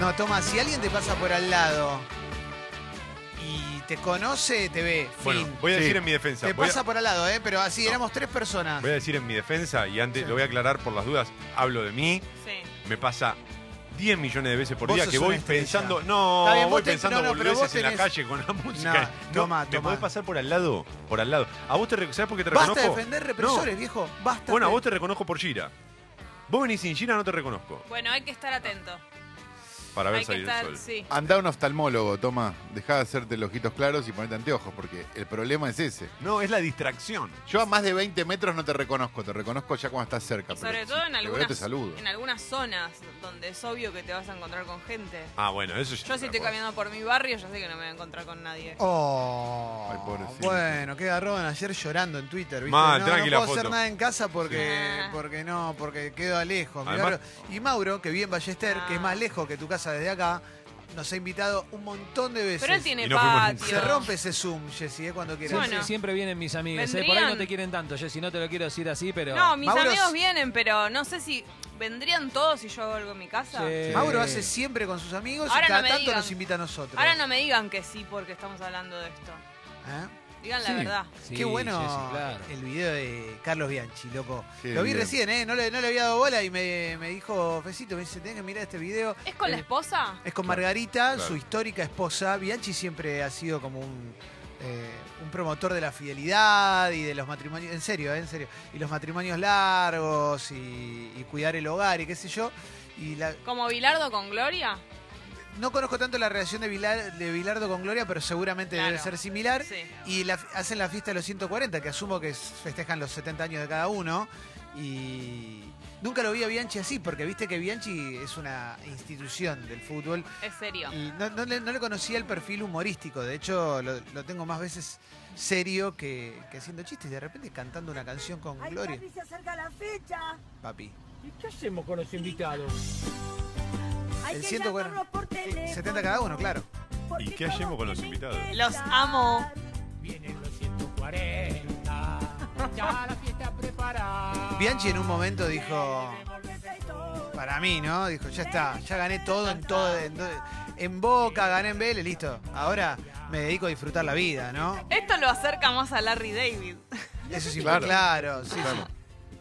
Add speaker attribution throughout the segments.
Speaker 1: No, Tomás, si alguien te pasa por al lado y te conoce, te ve. Fin.
Speaker 2: Bueno, voy a
Speaker 3: Sí.
Speaker 2: decir en mi defensa.
Speaker 1: te
Speaker 2: voy a-
Speaker 1: pasa por al lado, ¿eh? Pero así éramos tres personas.
Speaker 2: Voy a decir en mi defensa y antes
Speaker 1: Sí.
Speaker 2: lo voy a aclarar por las dudas. Hablo de mí,
Speaker 4: Sí.
Speaker 2: me pasa 10 millones de veces por
Speaker 1: Vos
Speaker 2: día
Speaker 1: sos
Speaker 2: que voy
Speaker 1: una estrella.
Speaker 2: pensando, no,
Speaker 1: Está bien, vos
Speaker 2: voy
Speaker 1: te-
Speaker 2: pensando
Speaker 1: no, no, pero
Speaker 2: boludeces
Speaker 1: vos
Speaker 2: en
Speaker 1: tenés-
Speaker 2: la calle con la música.
Speaker 1: No, toma,
Speaker 2: te
Speaker 1: toma.
Speaker 2: podés pasar por al lado, por al lado. A vos te re- ¿sabés por qué te
Speaker 1: Basta de
Speaker 2: reconozco?
Speaker 1: defender represores, viejo. Basta.
Speaker 2: Bueno, a
Speaker 1: de-
Speaker 2: vos te reconozco por Gira. Vos venís sin Gira, no te reconozco.
Speaker 4: Bueno, hay que estar atento.
Speaker 2: Para Ah, ver
Speaker 4: Hay que
Speaker 2: salir
Speaker 4: estar,
Speaker 2: el sol.
Speaker 4: sí.
Speaker 3: Andá a un oftalmólogo, toma. Dejá de hacerte los ojitos claros y ponete anteojos, porque el problema es ese.
Speaker 2: No, es la distracción.
Speaker 3: Yo a más de 20 metros no te reconozco, te reconozco ya cuando estás cerca.
Speaker 4: Y
Speaker 3: pero
Speaker 4: sobre
Speaker 3: si
Speaker 4: todo
Speaker 3: te
Speaker 4: en
Speaker 3: veo,
Speaker 4: algunas,
Speaker 3: te saludo.
Speaker 4: en algunas zonas donde es obvio que te vas a encontrar con gente.
Speaker 2: Ah, bueno, eso ya
Speaker 4: Yo
Speaker 2: es
Speaker 4: si
Speaker 2: otra
Speaker 4: estoy
Speaker 2: cosa.
Speaker 4: caminando por mi barrio, yo sé que no me voy a encontrar con nadie.
Speaker 1: Oh,
Speaker 3: Ay, pobrecito.
Speaker 1: bueno, qué garrón ayer llorando en Twitter, ¿viste?
Speaker 2: Mal,
Speaker 1: no,
Speaker 2: tranqui
Speaker 1: no
Speaker 2: la
Speaker 1: puedo
Speaker 2: foto.
Speaker 1: hacer nada en casa porque
Speaker 4: Sí.
Speaker 1: porque no, porque quedo a lejos. mirá
Speaker 2: Además-
Speaker 1: lo- y Mauro, que vive en Ballester,
Speaker 4: Ah.
Speaker 1: que es más lejos que tu casa desde acá, nos ha invitado un montón de veces.
Speaker 4: Pero él tiene
Speaker 2: Y no fuimos
Speaker 4: patio.
Speaker 2: nunca.
Speaker 1: Se rompe ese Zoom, Jessy, ¿eh? cuando quieras.
Speaker 5: Siempre,
Speaker 4: Bueno.
Speaker 5: siempre vienen mis amigos. ¿eh? Por ahí no
Speaker 4: Vendrían.
Speaker 5: te quieren tanto, Jessy. No te lo quiero decir así, pero.
Speaker 4: No, mis
Speaker 1: Mauro
Speaker 4: amigos
Speaker 1: es-
Speaker 4: vienen, pero no sé si vendrían todos si yo hago algo en mi casa.
Speaker 5: Sí.
Speaker 1: Mauro hace siempre con sus amigos
Speaker 4: Ahora
Speaker 1: y cada
Speaker 4: no me
Speaker 1: tanto
Speaker 4: digan.
Speaker 1: nos invita a nosotros.
Speaker 4: Ahora no me digan que sí porque estamos hablando de esto.
Speaker 1: ¿Eh?
Speaker 4: Digan la
Speaker 5: Sí.
Speaker 4: verdad.
Speaker 5: Sí,
Speaker 1: Qué bueno Eh,
Speaker 5: Jessy, claro.
Speaker 1: el video de Carlos Bianchi, loco.
Speaker 3: Qué
Speaker 1: lo vi
Speaker 3: bien.
Speaker 1: recién, ¿eh? No le, no le había dado bola y me, me dijo Fecito, me dice, tenés que mirar este video.
Speaker 4: ¿Es con la
Speaker 1: Eh,
Speaker 4: esposa?
Speaker 1: Es con Margarita,
Speaker 2: Claro.
Speaker 1: su histórica esposa. Bianchi siempre ha sido como un, eh, un promotor de la fidelidad y de los matrimonios, en serio, eh, en serio, y los matrimonios largos y, y cuidar el hogar y qué sé yo. Y la-
Speaker 4: ¿Como Bilardo con Gloria?
Speaker 1: no conozco tanto la relación de, Vilar- de Bilardo con Gloria, pero seguramente
Speaker 4: Claro.
Speaker 1: debe ser similar.
Speaker 4: Sí.
Speaker 1: Y la- hacen la fiesta de los 140, que asumo que s- festejan los 70 años de cada uno. Y nunca lo vi a Bianchi así, porque viste que Bianchi es una institución del fútbol.
Speaker 4: Es serio.
Speaker 1: Y no, no le, no le conocía el perfil humorístico, de hecho lo, lo tengo más veces serio que, que haciendo chistes, de repente cantando una canción con
Speaker 6: Ay,
Speaker 1: Gloria.
Speaker 6: papi, se acerca la fecha.
Speaker 1: Papi.
Speaker 7: ¿Y qué hacemos con los invitados?
Speaker 6: Hay
Speaker 1: El
Speaker 6: que
Speaker 1: 140.
Speaker 6: llamarlos por teléfono.
Speaker 1: 70 cada uno, claro.
Speaker 6: porque
Speaker 2: ¿Y qué
Speaker 6: todos
Speaker 2: hacemos con los
Speaker 6: tienen
Speaker 2: invitados?
Speaker 6: que
Speaker 4: Los
Speaker 6: estar.
Speaker 4: amo.
Speaker 7: Vienen los 140. Ya la fiesta preparada.
Speaker 1: Bianchi en un momento dijo, para mí, ¿no? Dijo, ya está, ya gané todo en todo, en, do- en Boca, gané en Vélez, listo. Ahora me dedico a disfrutar la vida, ¿no?
Speaker 4: Esto lo acerca más a Larry David.
Speaker 1: Eso sí, claro,
Speaker 3: Claro.
Speaker 1: sí,
Speaker 3: Claro.
Speaker 1: sí.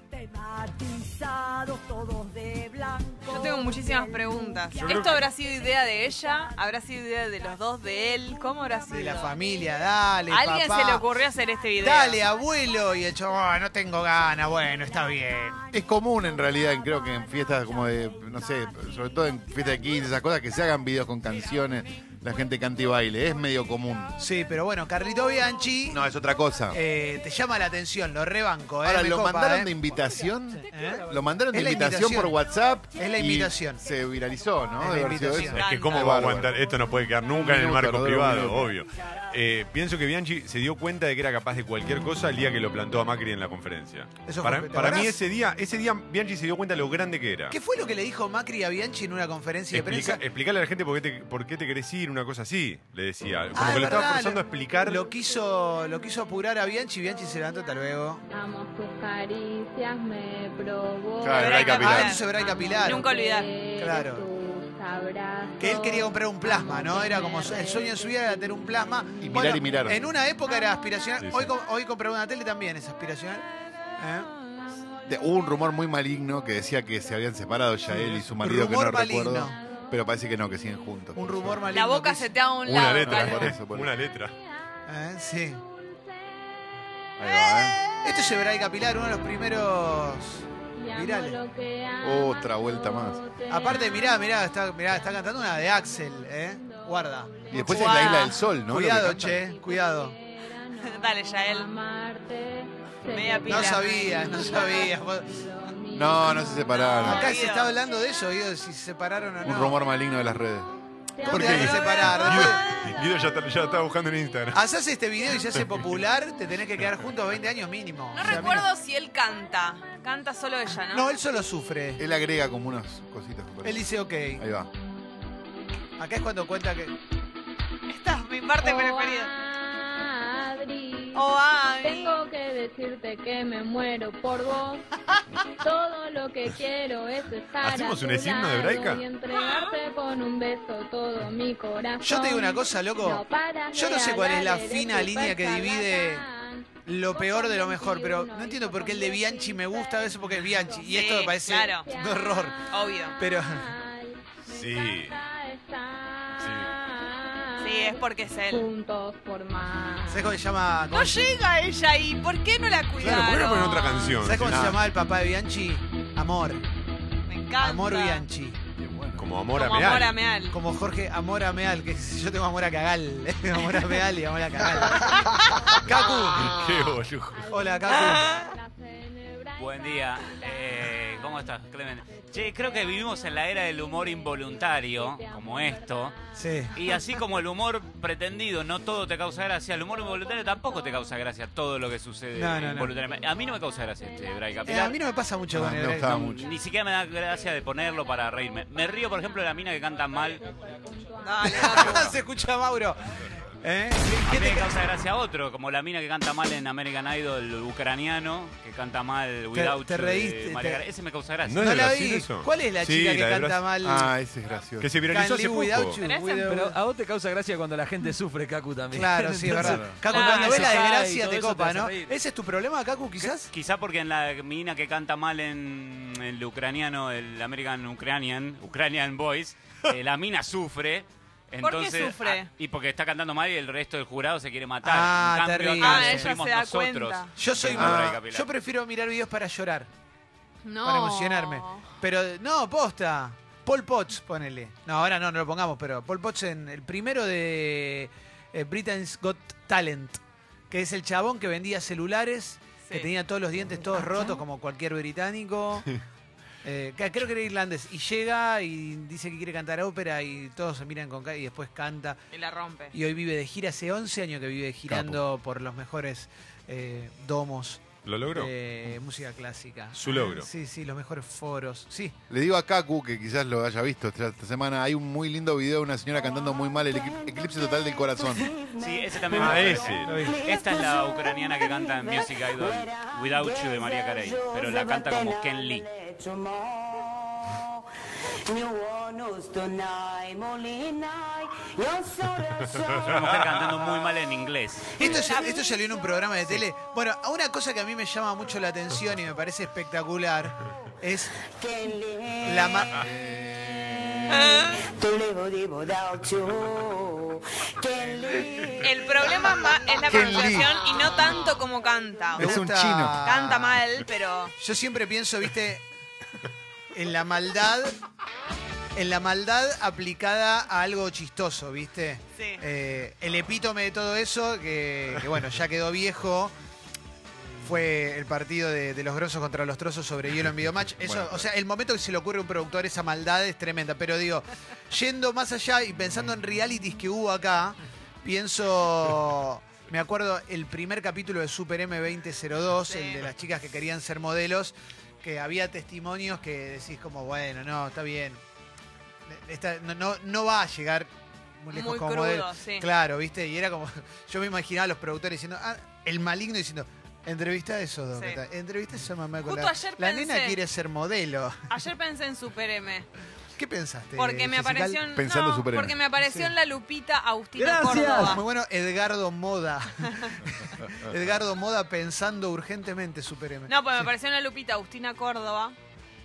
Speaker 6: Tematizados, todos de blanco.
Speaker 4: Yo tengo muchísimas preguntas.
Speaker 6: Yo
Speaker 4: ¿Esto habrá sido idea de ella? ¿Habrá sido idea de los dos, de él? ¿Cómo habrá sido?
Speaker 1: De la familia, dale,
Speaker 4: ¿A alguien
Speaker 1: papá.
Speaker 4: se le ocurrió hacer este video?
Speaker 1: Dale, abuelo. Y el chavo, "Ah, no tengo ganas, bueno, está bien.
Speaker 3: Es común en realidad, creo que en fiestas como de, no sé, sobre todo en fiestas de 15, esas cosas, que se hagan videos con canciones, la gente canta y baile, es medio común.
Speaker 1: Sí, pero bueno, Carlito Bianchi
Speaker 3: No, es otra cosa.
Speaker 1: eh, te llama la atención, lo rebanco. eh,
Speaker 3: Ahora,
Speaker 1: me
Speaker 3: ¿lo
Speaker 1: copa,
Speaker 3: mandaron
Speaker 1: eh.
Speaker 3: de invitación?
Speaker 1: ¿Eh?
Speaker 3: Lo mandaron de
Speaker 1: Es la
Speaker 3: invitación,
Speaker 1: invitación.
Speaker 3: por WhatsApp.
Speaker 1: Es la
Speaker 3: y
Speaker 1: invitación.
Speaker 3: Se viralizó,
Speaker 1: Es la
Speaker 3: ¿no? De haber sido
Speaker 1: invitación.
Speaker 3: eso.
Speaker 2: Es que cómo
Speaker 3: Qué
Speaker 2: va a
Speaker 3: bárbaro.
Speaker 2: aguantar, esto no puede quedar nunca en el
Speaker 3: Minuto,
Speaker 2: marco
Speaker 3: Rodolfo,
Speaker 2: privado,
Speaker 3: minuto.
Speaker 2: obvio. Eh, pienso que Bianchi se dio cuenta de que era capaz de cualquier cosa el día que lo plantó a Macri en la conferencia.
Speaker 1: Eso
Speaker 2: para
Speaker 1: fue- ¿te
Speaker 2: para mí
Speaker 1: acordás?
Speaker 2: ese día, ese día Bianchi se dio cuenta de lo grande que era.
Speaker 1: ¿Qué fue lo que le dijo Macri a Bianchi en una conferencia de
Speaker 2: Explica- eh,
Speaker 1: prensa?
Speaker 2: explicarle a la gente por qué, te, por qué te querés ir, una cosa así, le decía. Como
Speaker 1: Ah,
Speaker 2: que
Speaker 1: es
Speaker 2: lo estaba
Speaker 1: verdad,
Speaker 2: forzando a explicar.
Speaker 1: Lo quiso, lo quiso apurar a Bianchi, Bianchi se levantó hasta luego.
Speaker 8: Amo tus caricias, me provocan.
Speaker 3: Claro, Hebraica
Speaker 4: Hebraica
Speaker 3: Pilar.
Speaker 4: Pilar.
Speaker 1: Ah, eso es Hebraica Pilar.
Speaker 4: Nunca olvidar.
Speaker 1: Claro.
Speaker 8: Tus abrazos.
Speaker 1: Que él quería comprar un plasma, ¿no? Era como su- el sueño de su vida era tener un plasma.
Speaker 3: Y mirar y mirar.
Speaker 1: En una época era aspiracional.
Speaker 2: Sí, sí.
Speaker 1: Hoy, co- hoy comprar una tele también es aspiracional. ¿Eh?
Speaker 3: De- Hubo un rumor muy maligno que decía que se habían separado ya él y su marido, que
Speaker 1: Rumor
Speaker 3: no
Speaker 1: maligno.
Speaker 3: recuerdo. Pero parece que no, que siguen juntos.
Speaker 1: Un rumor maligno.
Speaker 4: La boca
Speaker 1: que
Speaker 4: se te da a un
Speaker 2: Una
Speaker 4: lado.
Speaker 2: letra,
Speaker 4: Carlos.
Speaker 3: por eso, por
Speaker 2: una
Speaker 3: eso.
Speaker 2: letra.
Speaker 1: ¿Eh? Sí.
Speaker 3: Ahí va, ¿eh?
Speaker 1: Esto es Hebraica Pilar, uno de los primeros virales.
Speaker 3: ¿eh? Otra vuelta más.
Speaker 1: Aparte, mirá, mirá, está, mirá, está cantando una de Axel, ¿eh? Guarda.
Speaker 3: Y después
Speaker 4: Guau.
Speaker 3: es la Isla del Sol, ¿no? Lo que
Speaker 1: cuidado,
Speaker 3: canta.
Speaker 1: che, cuidado.
Speaker 4: Dale, Yael.
Speaker 8: Amarte.
Speaker 4: Media pila.
Speaker 1: No sabías, no sabías. Vos-
Speaker 3: No, no se separaron.
Speaker 1: Acá se está hablando de eso, Guido, si se separaron o no.
Speaker 3: Un rumor maligno de las redes.
Speaker 1: ¿Cómo te van a separar?
Speaker 4: Ah,
Speaker 2: Guido, Guido ya, está- ya estaba buscando en Instagram.
Speaker 1: Haces este video y se hace popular, te tenés que quedar juntos 20 años mínimo.
Speaker 4: No
Speaker 1: O sea,
Speaker 4: recuerdo si él canta. Canta solo ella,
Speaker 1: mira.
Speaker 4: ¿no?
Speaker 1: No, él solo sufre.
Speaker 3: Él agrega como unas cositas. me parece.
Speaker 1: Él dice ok.
Speaker 3: Ahí va.
Speaker 1: Acá es cuando cuenta que.
Speaker 4: Oh, Esta es mi parte preferida.
Speaker 8: Madrid.
Speaker 4: O a mí.
Speaker 8: Tengo que decirte que me muero por vos. Todo lo que quiero es estar
Speaker 2: ¿Hacemos
Speaker 8: a
Speaker 2: un
Speaker 8: tu
Speaker 2: signo de
Speaker 8: lado
Speaker 2: Braica?
Speaker 8: y entregarte con un beso todo mi corazón.
Speaker 1: Yo te digo una cosa, loco.
Speaker 8: No paras
Speaker 1: Yo no
Speaker 8: de
Speaker 1: sé cuál es la
Speaker 8: hablar, eres
Speaker 1: fina línea que
Speaker 8: súper
Speaker 1: divide
Speaker 8: charlatán.
Speaker 1: Lo peor de lo mejor, pero no entiendo por qué el de Bianchi me gusta a veces porque es Bianchi. Y esto
Speaker 4: Sí,
Speaker 1: me parece
Speaker 4: claro.
Speaker 1: un horror.
Speaker 4: Obvio.
Speaker 1: Pero
Speaker 8: Ay, me
Speaker 2: Sí.
Speaker 8: encanta estar
Speaker 4: Sí, es porque es él.
Speaker 8: Juntos por más.
Speaker 1: ¿sabes cómo se llama?
Speaker 4: No llega ella ahí. ¿Por qué no la cuidaron?
Speaker 2: Claro, ¿por qué no ponen otra canción?
Speaker 1: ¿Sabes cómo
Speaker 2: Ah,
Speaker 1: se llamaba el papá de Bianchi? Amor.
Speaker 4: Me encanta.
Speaker 1: Amor Bianchi.
Speaker 2: Como amor
Speaker 4: Como
Speaker 2: a
Speaker 4: amor
Speaker 2: Meal.
Speaker 4: a Meal.
Speaker 1: Como Jorge Amor Ameal, que yo tengo amor a cagal. amor a Meal y amor a cagal. Cacu.
Speaker 2: Qué boludo.
Speaker 1: Hola, Cacu.
Speaker 9: Buen día. Eh, ¿Cómo estás, Clemen? Che, creo que vivimos en la era del humor involuntario, como esto.
Speaker 1: Sí.
Speaker 9: Y así como el humor pretendido, no todo te causa gracia, el humor involuntario tampoco te causa gracia todo lo que sucede
Speaker 1: No, no, no.
Speaker 9: involuntariamente. A mí no me causa gracia este Braica.
Speaker 1: Eh, a mí no me pasa mucho
Speaker 3: No,
Speaker 1: con
Speaker 3: Ah, me
Speaker 1: el
Speaker 3: gustaba
Speaker 1: no.
Speaker 3: mucho.
Speaker 9: Ni siquiera me da gracia de ponerlo para reírme. Me río, por ejemplo, de la mina que canta mal.
Speaker 5: Ah,
Speaker 4: Dale, Gacu.
Speaker 1: se escucha Mauro. ¿Eh?
Speaker 9: A
Speaker 1: ¿Qué
Speaker 9: mí me
Speaker 1: te ca-
Speaker 9: causa gracia a otro, como la mina que canta mal en American Idol, el ucraniano, que canta mal Without
Speaker 1: te
Speaker 9: You de
Speaker 1: reíste,
Speaker 9: María
Speaker 1: te-
Speaker 9: Gar- Ese me causa gracia.
Speaker 2: No es
Speaker 1: No
Speaker 2: de
Speaker 1: la
Speaker 2: Brasil
Speaker 1: vi.
Speaker 2: eso.
Speaker 1: ¿Cuál es la
Speaker 2: Sí,
Speaker 1: chica que
Speaker 2: la de
Speaker 1: canta
Speaker 2: Brasil.
Speaker 1: mal?
Speaker 3: Ah, ese es gracioso.
Speaker 2: Que se
Speaker 1: Can't
Speaker 2: viralizó hace
Speaker 1: live
Speaker 2: poco.
Speaker 1: without you,
Speaker 4: Pero ese-
Speaker 1: without-
Speaker 5: Pero a vos te causa gracia cuando la gente sufre, Cacu también.
Speaker 1: Claro, sí, es
Speaker 5: Entonces,
Speaker 1: verdad. Cacu,
Speaker 4: Claro,
Speaker 1: cuando ves
Speaker 5: se
Speaker 1: la
Speaker 5: cae Ah, y
Speaker 1: desgracia
Speaker 5: todo
Speaker 1: te
Speaker 5: eso te
Speaker 1: copa,
Speaker 5: hace
Speaker 1: ¿no?
Speaker 5: reír.
Speaker 1: ¿Ese es tu problema, Cacu, quizás?
Speaker 9: Quizá porque en la mina que canta mal en el ucraniano, el American Ukrainian, Ukrainian Boys, eh, la mina sufre.
Speaker 4: ¿Por qué
Speaker 9: Entonces,
Speaker 4: sufre?
Speaker 9: ah, y porque está cantando mal y el resto del jurado se quiere matar.
Speaker 1: Ah,
Speaker 9: en cambio,
Speaker 1: terrible.
Speaker 9: acá
Speaker 1: Ah, ella
Speaker 9: sufrimos
Speaker 4: se da
Speaker 9: nosotros.
Speaker 4: cuenta.
Speaker 1: Yo soy
Speaker 9: Ah.
Speaker 1: muy-
Speaker 9: Capilar.
Speaker 1: Yo prefiero mirar videos para llorar,
Speaker 4: No.
Speaker 1: para emocionarme. Pero, no, posta. Paul Potts, ponele. No, ahora no, no lo pongamos, pero Paul Potts en el primero de eh, Britain's Got Talent, que es el chabón que vendía celulares,
Speaker 4: Sí.
Speaker 1: que tenía todos los dientes todos rotos, como cualquier británico. Eh, que- creo que era irlandés. Y llega y dice que quiere cantar ópera y todos se miran con cara y después canta.
Speaker 4: Y la rompe.
Speaker 1: Y hoy vive de gira, hace 11 años que vive girando por los mejores eh, domos
Speaker 2: ¿Lo logró?
Speaker 1: de Eh, música clásica.
Speaker 2: Su logro.
Speaker 1: Sí, sí, los mejores foros. Sí,
Speaker 3: Le digo a Kaku, que quizás lo haya visto esta esta semana, hay un muy lindo video de una señora cantando muy mal el equi- eclipse total del corazón.
Speaker 9: Sí, ese también
Speaker 2: Ah,
Speaker 9: me
Speaker 2: ese.
Speaker 9: parece. Esta es la ucraniana que canta en Music Idol, Without You de María Carey, pero la canta como Ken Lee. Es una mujer cantando muy mal en inglés.
Speaker 1: Esto, es- esto salió en un programa de tele. Bueno, a una cosa que a mí me llama mucho la atención y me parece espectacular es la ma-
Speaker 3: Eh.
Speaker 4: El problema ma- es la
Speaker 3: Qué
Speaker 4: pronunciación y no tanto como canta. O
Speaker 1: me
Speaker 3: Es un
Speaker 1: gusta-
Speaker 3: chino.
Speaker 4: Canta mal, pero
Speaker 1: Yo siempre pienso, viste, en la maldad, en la maldad aplicada a algo chistoso, viste.
Speaker 4: Sí.
Speaker 1: Eh, el epítome de todo eso, que, que, bueno, ya quedó viejo. Fue el partido de, de los grosos contra los trozos sobre hielo en videomatch. Eso,
Speaker 3: Bueno,
Speaker 1: o sea, el momento que se le ocurre a un productor esa maldad es tremenda. Pero digo, yendo más allá y pensando en realities que hubo acá, pienso. Me acuerdo el primer capítulo de Super M2002, el de las chicas que querían ser modelos, que había testimonios que decís como, bueno, no, está bien. Esta- no, no, no va a llegar muy lejos
Speaker 4: Muy
Speaker 1: como
Speaker 4: crudo,
Speaker 1: modelo.
Speaker 4: sí.
Speaker 1: Claro, viste, y era como, yo me imaginaba a los productores diciendo, ah, el maligno diciendo, entrevista a esos dos,
Speaker 4: Sí.
Speaker 1: que está- entrevista a esa mamá con
Speaker 4: Justo
Speaker 1: la,
Speaker 4: ayer
Speaker 1: la
Speaker 4: pensé-
Speaker 1: nena quiere ser modelo.
Speaker 4: ayer pensé en Super M.
Speaker 1: ¿Qué pensaste?
Speaker 4: Porque me
Speaker 1: Jessica?
Speaker 4: apareció, en,
Speaker 3: Pensando
Speaker 4: no,
Speaker 3: Super M.
Speaker 4: porque me apareció en la Lupita Agustina
Speaker 1: Muy
Speaker 4: Córdoba.
Speaker 1: bueno, Edgardo Moda. Edgardo Moda pensando urgentemente Super M.
Speaker 4: No, pues me apareció en la Lupita Agustina Córdoba.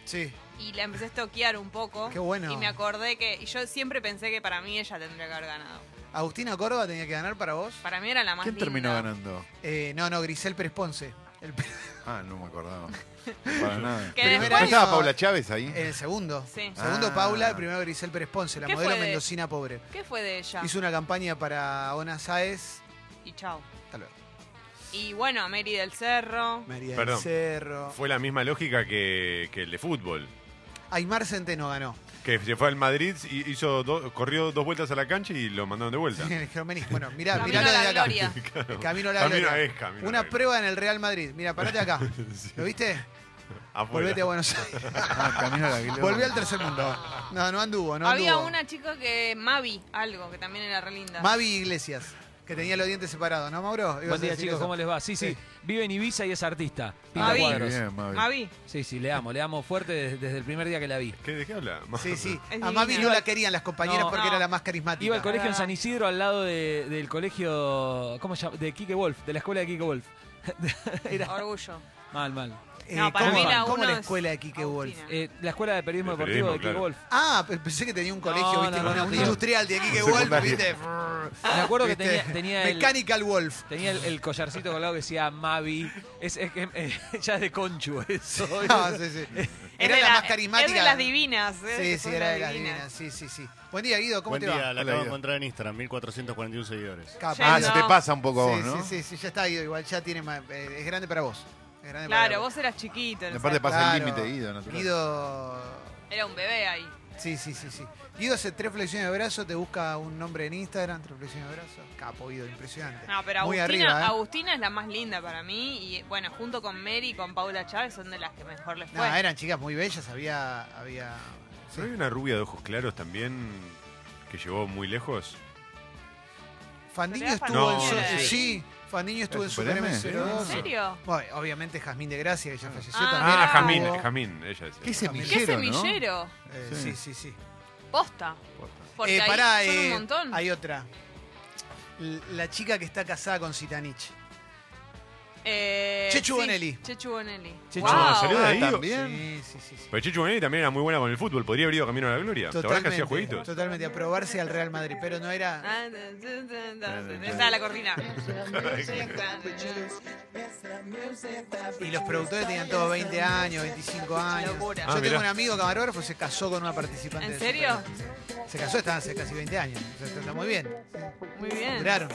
Speaker 1: Sí.
Speaker 4: y la empecé a estoquear un poco.
Speaker 1: Qué bueno.
Speaker 4: Y me acordé que. Y yo siempre pensé que para mí ella tendría que haber ganado.
Speaker 1: Agustina Córdoba tenía que ganar para vos.
Speaker 4: Para mí era la más
Speaker 3: ¿Quién terminó
Speaker 4: linda.
Speaker 3: ganando?
Speaker 1: Eh, no, no, Grisel Pérez Ponce. El, pe-
Speaker 3: Ah, no me acordaba. Para nada.
Speaker 4: Que
Speaker 3: ¿No
Speaker 4: después-
Speaker 3: estaba Paula Chávez ahí?
Speaker 1: el segundo.
Speaker 4: Sí.
Speaker 1: Segundo
Speaker 3: Ah.
Speaker 1: Paula, el primero Grisel Pérez Ponce, la
Speaker 4: ¿Qué
Speaker 1: modelo
Speaker 4: fue de-
Speaker 1: mendocina pobre.
Speaker 4: ¿Qué fue de ella?
Speaker 1: Hizo una campaña para Ona Saez,
Speaker 4: Y chao.
Speaker 1: tal vez.
Speaker 4: Y bueno, a Mary del Cerro.
Speaker 1: María del
Speaker 2: Perdón.
Speaker 1: Cerro.
Speaker 2: Fue la misma lógica que, que el de fútbol.
Speaker 1: Aymar Centeno ganó.
Speaker 2: Que se fue al Madrid y hizo do- corrió dos vueltas a la cancha y lo mandaron de vuelta.
Speaker 1: El Germenis. Bueno, mirá,
Speaker 4: Camino
Speaker 1: miralo
Speaker 4: a la
Speaker 1: de acá.
Speaker 4: gloria.
Speaker 1: El Camino a la
Speaker 2: Camino
Speaker 1: gloria.
Speaker 2: es camino a
Speaker 1: Una
Speaker 2: la gloria.
Speaker 1: prueba en el Real Madrid. Mira, parate acá. ¿Lo viste?
Speaker 2: Afuera.
Speaker 1: Volvete a Buenos Aires.
Speaker 3: Ah, Camino a la Gloria.
Speaker 1: Volví al tercer mundo. No, no anduvo, no
Speaker 4: Había
Speaker 1: anduvo.
Speaker 4: una chica que. Mavi, algo, que también era re linda.
Speaker 1: Mavi Iglesias. Que tenía los dientes separados, ¿no, Mauro? ¿Ibas
Speaker 5: Buen
Speaker 1: a
Speaker 5: día,
Speaker 1: decir
Speaker 5: chicos,
Speaker 1: eso?
Speaker 5: ¿cómo les va? Sí, sí,
Speaker 1: Sí.
Speaker 5: vive en Ibiza y es artista. Pinta
Speaker 4: Ah, vi.
Speaker 5: cuadros.
Speaker 3: Bien, Mavi.
Speaker 4: Mavi.
Speaker 5: Sí, sí, le amo, le amo fuerte desde, desde el primer día que la vi.
Speaker 2: ¿Qué, ¿De qué habla?
Speaker 1: Sí, sí.
Speaker 4: Es
Speaker 1: A Mavi
Speaker 4: divina.
Speaker 1: no la querían las compañeras
Speaker 5: No,
Speaker 1: porque
Speaker 4: no.
Speaker 1: era la más carismática.
Speaker 5: Iba al colegio en
Speaker 4: verdad.
Speaker 5: San Isidro al lado de- del colegio, ¿cómo se llama? De Kike Wolf, de la escuela de Kike Wolf. Era
Speaker 4: Orgullo.
Speaker 5: mal, mal.
Speaker 1: Eh,
Speaker 4: No, para
Speaker 1: ¿cómo,
Speaker 5: mí la
Speaker 1: cómo
Speaker 4: uno
Speaker 1: la
Speaker 4: es
Speaker 1: escuela de Quique Wolf?
Speaker 4: Agustina.
Speaker 5: Eh, la escuela de periodismo
Speaker 2: De
Speaker 5: deportivo de Kike
Speaker 2: periodismo,
Speaker 5: Wolf.
Speaker 1: Ah, pe- pensé que tenía un colegio,
Speaker 5: No,
Speaker 1: viste,
Speaker 5: no,
Speaker 1: con
Speaker 5: no,
Speaker 1: un
Speaker 5: no.
Speaker 1: industrial de Quique Wolf,
Speaker 3: Secundaria.
Speaker 1: viste.
Speaker 5: Me acuerdo que
Speaker 1: Viste,
Speaker 5: tenía, tenía el,
Speaker 1: Mechanical Wolf.
Speaker 5: tenía el, el collarcito colgado que decía Mavi. Es, es que, eh, ya es de conchu eso.
Speaker 1: No, sí, sí.
Speaker 4: Es
Speaker 1: Era
Speaker 4: de
Speaker 1: la,
Speaker 4: la-
Speaker 1: más carismática.
Speaker 4: Es de las divinas. eh,
Speaker 1: Sí, sí,
Speaker 4: fue
Speaker 1: era
Speaker 4: una
Speaker 1: de las
Speaker 4: divina.
Speaker 1: divinas. Sí, sí, sí. Buen día, Guido, ¿cómo
Speaker 10: Buen
Speaker 1: te
Speaker 10: día,
Speaker 1: va?
Speaker 10: la
Speaker 3: Hola,
Speaker 10: acabo de
Speaker 3: Guido.
Speaker 10: encontrar en Instagram, 1441 seguidores.
Speaker 1: Capo.
Speaker 4: Ya
Speaker 3: Ah,
Speaker 4: no.
Speaker 3: se te pasa un poco a vos,
Speaker 1: sí,
Speaker 3: ¿no?
Speaker 1: sí, sí, sí, ya está Guido, igual ya tiene ma- eh, es grande para vos. Es grande para
Speaker 4: Claro, vos eras chiquito. no
Speaker 3: Y aparte
Speaker 4: sé.
Speaker 3: pasa el
Speaker 1: Claro.
Speaker 3: límite, Guido, natural.
Speaker 1: Guido
Speaker 4: Era un bebé ahí.
Speaker 1: Sí, sí, sí, sí. Guido hace tres flexiones de brazo, te busca un nombre en Instagram, tres flexiones de brazo. Capo, Guido, impresionante.
Speaker 4: No, pero
Speaker 1: Muy
Speaker 4: Agustina,
Speaker 1: arriba, ¿eh?
Speaker 4: Agustina es la más linda para mí. Y bueno, junto con Mary y con Paula Chávez son de las que mejor les
Speaker 1: No,
Speaker 4: fue.
Speaker 1: eran chicas muy bellas, había... había sí.
Speaker 2: ¿No hay una rubia de ojos claros también que llegó muy lejos?
Speaker 1: Fandiño
Speaker 4: Pero era
Speaker 1: estuvo en
Speaker 2: Fandiño.
Speaker 1: su...
Speaker 2: No,
Speaker 1: Sí,
Speaker 2: sí.
Speaker 1: Fandiño estuvo en Super
Speaker 3: Super M?
Speaker 1: M02.
Speaker 4: ¿En serio?
Speaker 1: Bueno, obviamente Jazmín de Gracia, que ya falleció
Speaker 4: Ah,
Speaker 1: también.
Speaker 2: Ah,
Speaker 4: mirá.
Speaker 2: Jamín,
Speaker 1: estuvo.
Speaker 2: Jamín, ella es.
Speaker 3: Qué semillero,
Speaker 4: ¿Qué
Speaker 3: ¿no?
Speaker 4: semillero?
Speaker 1: Eh, sí,
Speaker 3: Sí.
Speaker 1: sí, sí.
Speaker 4: Posta. Porque
Speaker 1: Eh,
Speaker 4: ahí
Speaker 1: pará,
Speaker 4: son un
Speaker 1: eh,
Speaker 4: montón.
Speaker 1: Hay otra. L- La chica que está casada con Citanich.
Speaker 4: Eh,
Speaker 1: Chechu
Speaker 4: sí,
Speaker 1: Bonelli.
Speaker 4: Chechu Bonelli.
Speaker 1: Chechu
Speaker 4: Guau.
Speaker 2: Bonelli,
Speaker 1: ah,
Speaker 2: ¿salió de ahí?
Speaker 3: ¿También?
Speaker 1: Sí, sí, sí. sí.
Speaker 2: Pero Chicho Bonelli también era muy buena con el fútbol, podría haber ido camino a la gloria. ¿Te acordás que hacía jueguitos?
Speaker 1: totalmente, a probarse al Real Madrid, pero no era...
Speaker 4: Ah, da, da, da, da, da. Esa era la cortina.
Speaker 1: Y los productores tenían todos 20 años, 25 años.
Speaker 4: Locura.
Speaker 1: Yo
Speaker 2: Ah,
Speaker 1: tengo
Speaker 2: mirá.
Speaker 1: un amigo camarógrafo se casó con una participante.
Speaker 4: ¿En
Speaker 1: de
Speaker 4: serio?
Speaker 1: Superman. Se casó, estaba hace casi 20 años. O sea, está muy bien.
Speaker 4: Muy bien.
Speaker 1: Duraron.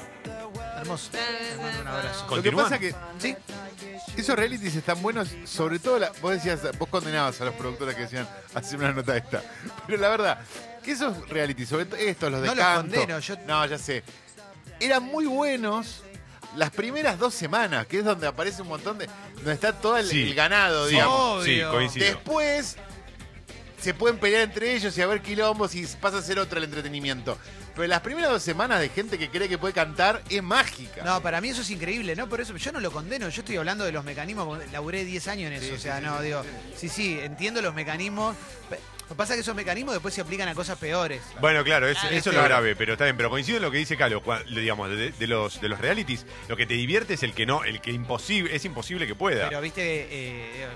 Speaker 1: Hermoso. Te mando un abrazo.
Speaker 3: Lo que
Speaker 2: Continúa.
Speaker 3: pasa que
Speaker 1: Sí,
Speaker 3: esos realities están buenos, sobre todo, la- vos decías, vos condenabas a los productores que decían, hacer una nota esta. Pero la verdad, que esos realities, sobre todo estos, los de
Speaker 1: No los
Speaker 3: canto,
Speaker 1: condeno, yo-
Speaker 3: No, ya sé. Eran muy buenos las primeras dos semanas, que es donde aparece un montón de... Donde está todo el,
Speaker 2: Sí.
Speaker 3: el ganado,
Speaker 2: Sí,
Speaker 3: digamos.
Speaker 2: sí,
Speaker 1: Obvio.
Speaker 2: coincido.
Speaker 3: Después se pueden pelear entre ellos y haber quilombos y pasa a ser otro el entretenimiento. Pero las primeras dos semanas de gente que cree que puede cantar es mágica.
Speaker 1: no, para mí eso es increíble, ¿no? Por eso yo no lo condeno, yo estoy hablando de los mecanismos, porque laburé 10 años en eso,
Speaker 3: Sí,
Speaker 1: o
Speaker 3: sí,
Speaker 1: sea,
Speaker 3: sí,
Speaker 1: no,
Speaker 3: sí,
Speaker 1: digo, sí,
Speaker 3: sí,
Speaker 1: sí, entiendo los mecanismos, pe- lo que pasa es que esos mecanismos después se aplican a cosas peores.
Speaker 2: Bueno, claro, es-
Speaker 4: Claro,
Speaker 2: eso es
Speaker 1: sí.
Speaker 2: lo grave, pero está bien, pero coincido en lo que dice Calo, cua- lo- digamos, de, de los de los realities, lo que te divierte es el que no, el que imposible, es imposible que pueda.
Speaker 1: Pero viste, eh, eh,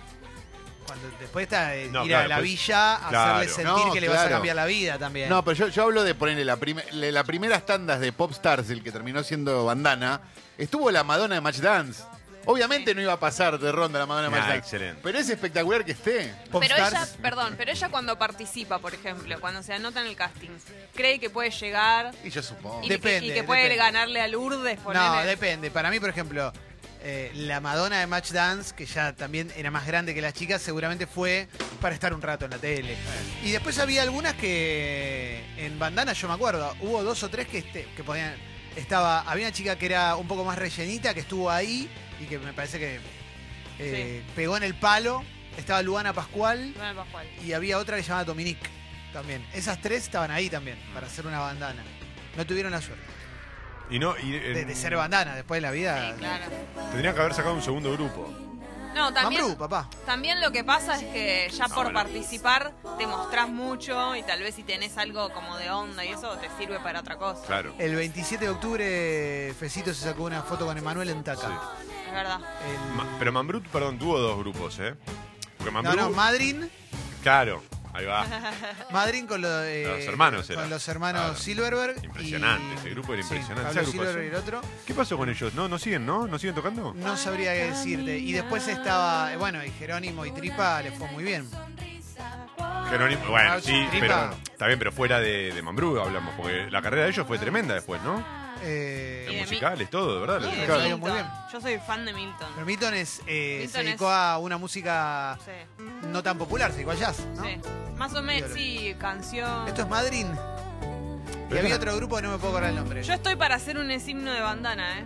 Speaker 1: cuando después está eh,
Speaker 2: No,
Speaker 1: ir a
Speaker 2: claro,
Speaker 1: la
Speaker 2: pues,
Speaker 1: villa, hacerle
Speaker 2: claro.
Speaker 1: sentir
Speaker 3: No,
Speaker 1: que le vas a
Speaker 3: claro.
Speaker 1: cambiar la vida también.
Speaker 3: No, pero yo, yo hablo de ponerle la, prim- le- la primeras tandas de Popstars, el que terminó siendo bandana, estuvo la Madonna de Match Dance. Obviamente no iba a pasar de ronda la Madonna de
Speaker 2: Ah,
Speaker 3: Match Dance.
Speaker 2: excelente.
Speaker 3: Pero es espectacular que esté.
Speaker 4: Pero
Speaker 1: Popstars.
Speaker 4: ella, perdón, pero ella cuando participa, por ejemplo, cuando se anota en el casting, cree que puede llegar
Speaker 3: Y yo supongo.
Speaker 4: y,
Speaker 1: Depende,
Speaker 4: que, y que puede
Speaker 1: depende.
Speaker 4: ganarle a Lourdes,
Speaker 1: No,
Speaker 4: ponele.
Speaker 1: depende. Para mí, por ejemplo, eh, la Madonna de Match Dance, que ya también era más grande que las chicas, seguramente fue para estar un rato en la tele. Y después había algunas que en bandana, yo me acuerdo, hubo dos o tres que, este- que podían. Estaba, había una chica que era un poco más rellenita, que estuvo ahí y que me parece que eh, pegó en el palo. Estaba Luana Pascual
Speaker 4: No, el Pascual.
Speaker 1: y había otra que se llamaba Dominique también. Esas tres estaban ahí también
Speaker 4: Mm.
Speaker 1: para hacer una bandana. No tuvieron la suerte
Speaker 2: y no, y,
Speaker 1: de,
Speaker 2: eh,
Speaker 1: de ser bandana después de la vida.
Speaker 4: Sí, claro.
Speaker 2: tendrían que haber sacado un segundo grupo.
Speaker 4: No, también,
Speaker 1: Ah, Mambrú, papá.
Speaker 4: también lo que pasa es que ya por
Speaker 2: bueno.
Speaker 4: participar te mostrás mucho y tal vez si tenés algo como de onda y eso te sirve para otra cosa.
Speaker 2: Claro.
Speaker 1: El 27 de octubre, Fecito se sacó una foto con Emanuel en Taca.
Speaker 4: Es verdad.
Speaker 1: El-
Speaker 2: Ma- pero Mambrut, perdón, tuvo dos grupos, ¿eh? Porque
Speaker 1: no,
Speaker 2: Mambrú,
Speaker 1: no, Madryn.
Speaker 2: claro, ahí va.
Speaker 1: Madryn con, lo- eh,
Speaker 2: Los hermanos
Speaker 1: con
Speaker 2: era.
Speaker 1: los hermanos
Speaker 2: Claro.
Speaker 1: Silverberg. y-
Speaker 2: Impresionante, ese grupo era
Speaker 1: Sí,
Speaker 2: impresionante.
Speaker 1: Pablo
Speaker 2: Esa agrupación.
Speaker 1: Silverberg y el otro.
Speaker 2: ¿Qué pasó con ellos? No, no siguen, ¿no? ¿No siguen tocando?
Speaker 1: No sabría qué decirte. Y después estaba, eh, bueno, y Jerónimo y Tripa le fue muy bien.
Speaker 2: Jerónimo, bueno,
Speaker 1: Ah,
Speaker 2: sí,
Speaker 1: Tripa.
Speaker 2: pero está bien, pero fuera de, de Mambrú hablamos, porque la carrera de ellos fue tremenda después, ¿no?
Speaker 1: Eh,
Speaker 4: Bien.
Speaker 2: Los musicales, todo, de ¿verdad?
Speaker 4: Y de
Speaker 1: Claro.
Speaker 4: Milton.
Speaker 1: Muy bien.
Speaker 4: Yo soy fan de Milton.
Speaker 1: pero Milton, es, eh,
Speaker 4: Milton
Speaker 1: se
Speaker 4: es-
Speaker 1: dedicó a una música
Speaker 4: Sí,
Speaker 1: no tan popular, se dedicó al jazz, ¿no?
Speaker 4: sí. Más o menos,
Speaker 1: Ídolo.
Speaker 4: sí, canción.
Speaker 1: Esto es Madryn. Y
Speaker 2: Pero
Speaker 1: había
Speaker 2: esta-
Speaker 1: otro grupo que no me puedo acordar el nombre.
Speaker 4: Yo estoy para hacer un himno de bandana, ¿eh?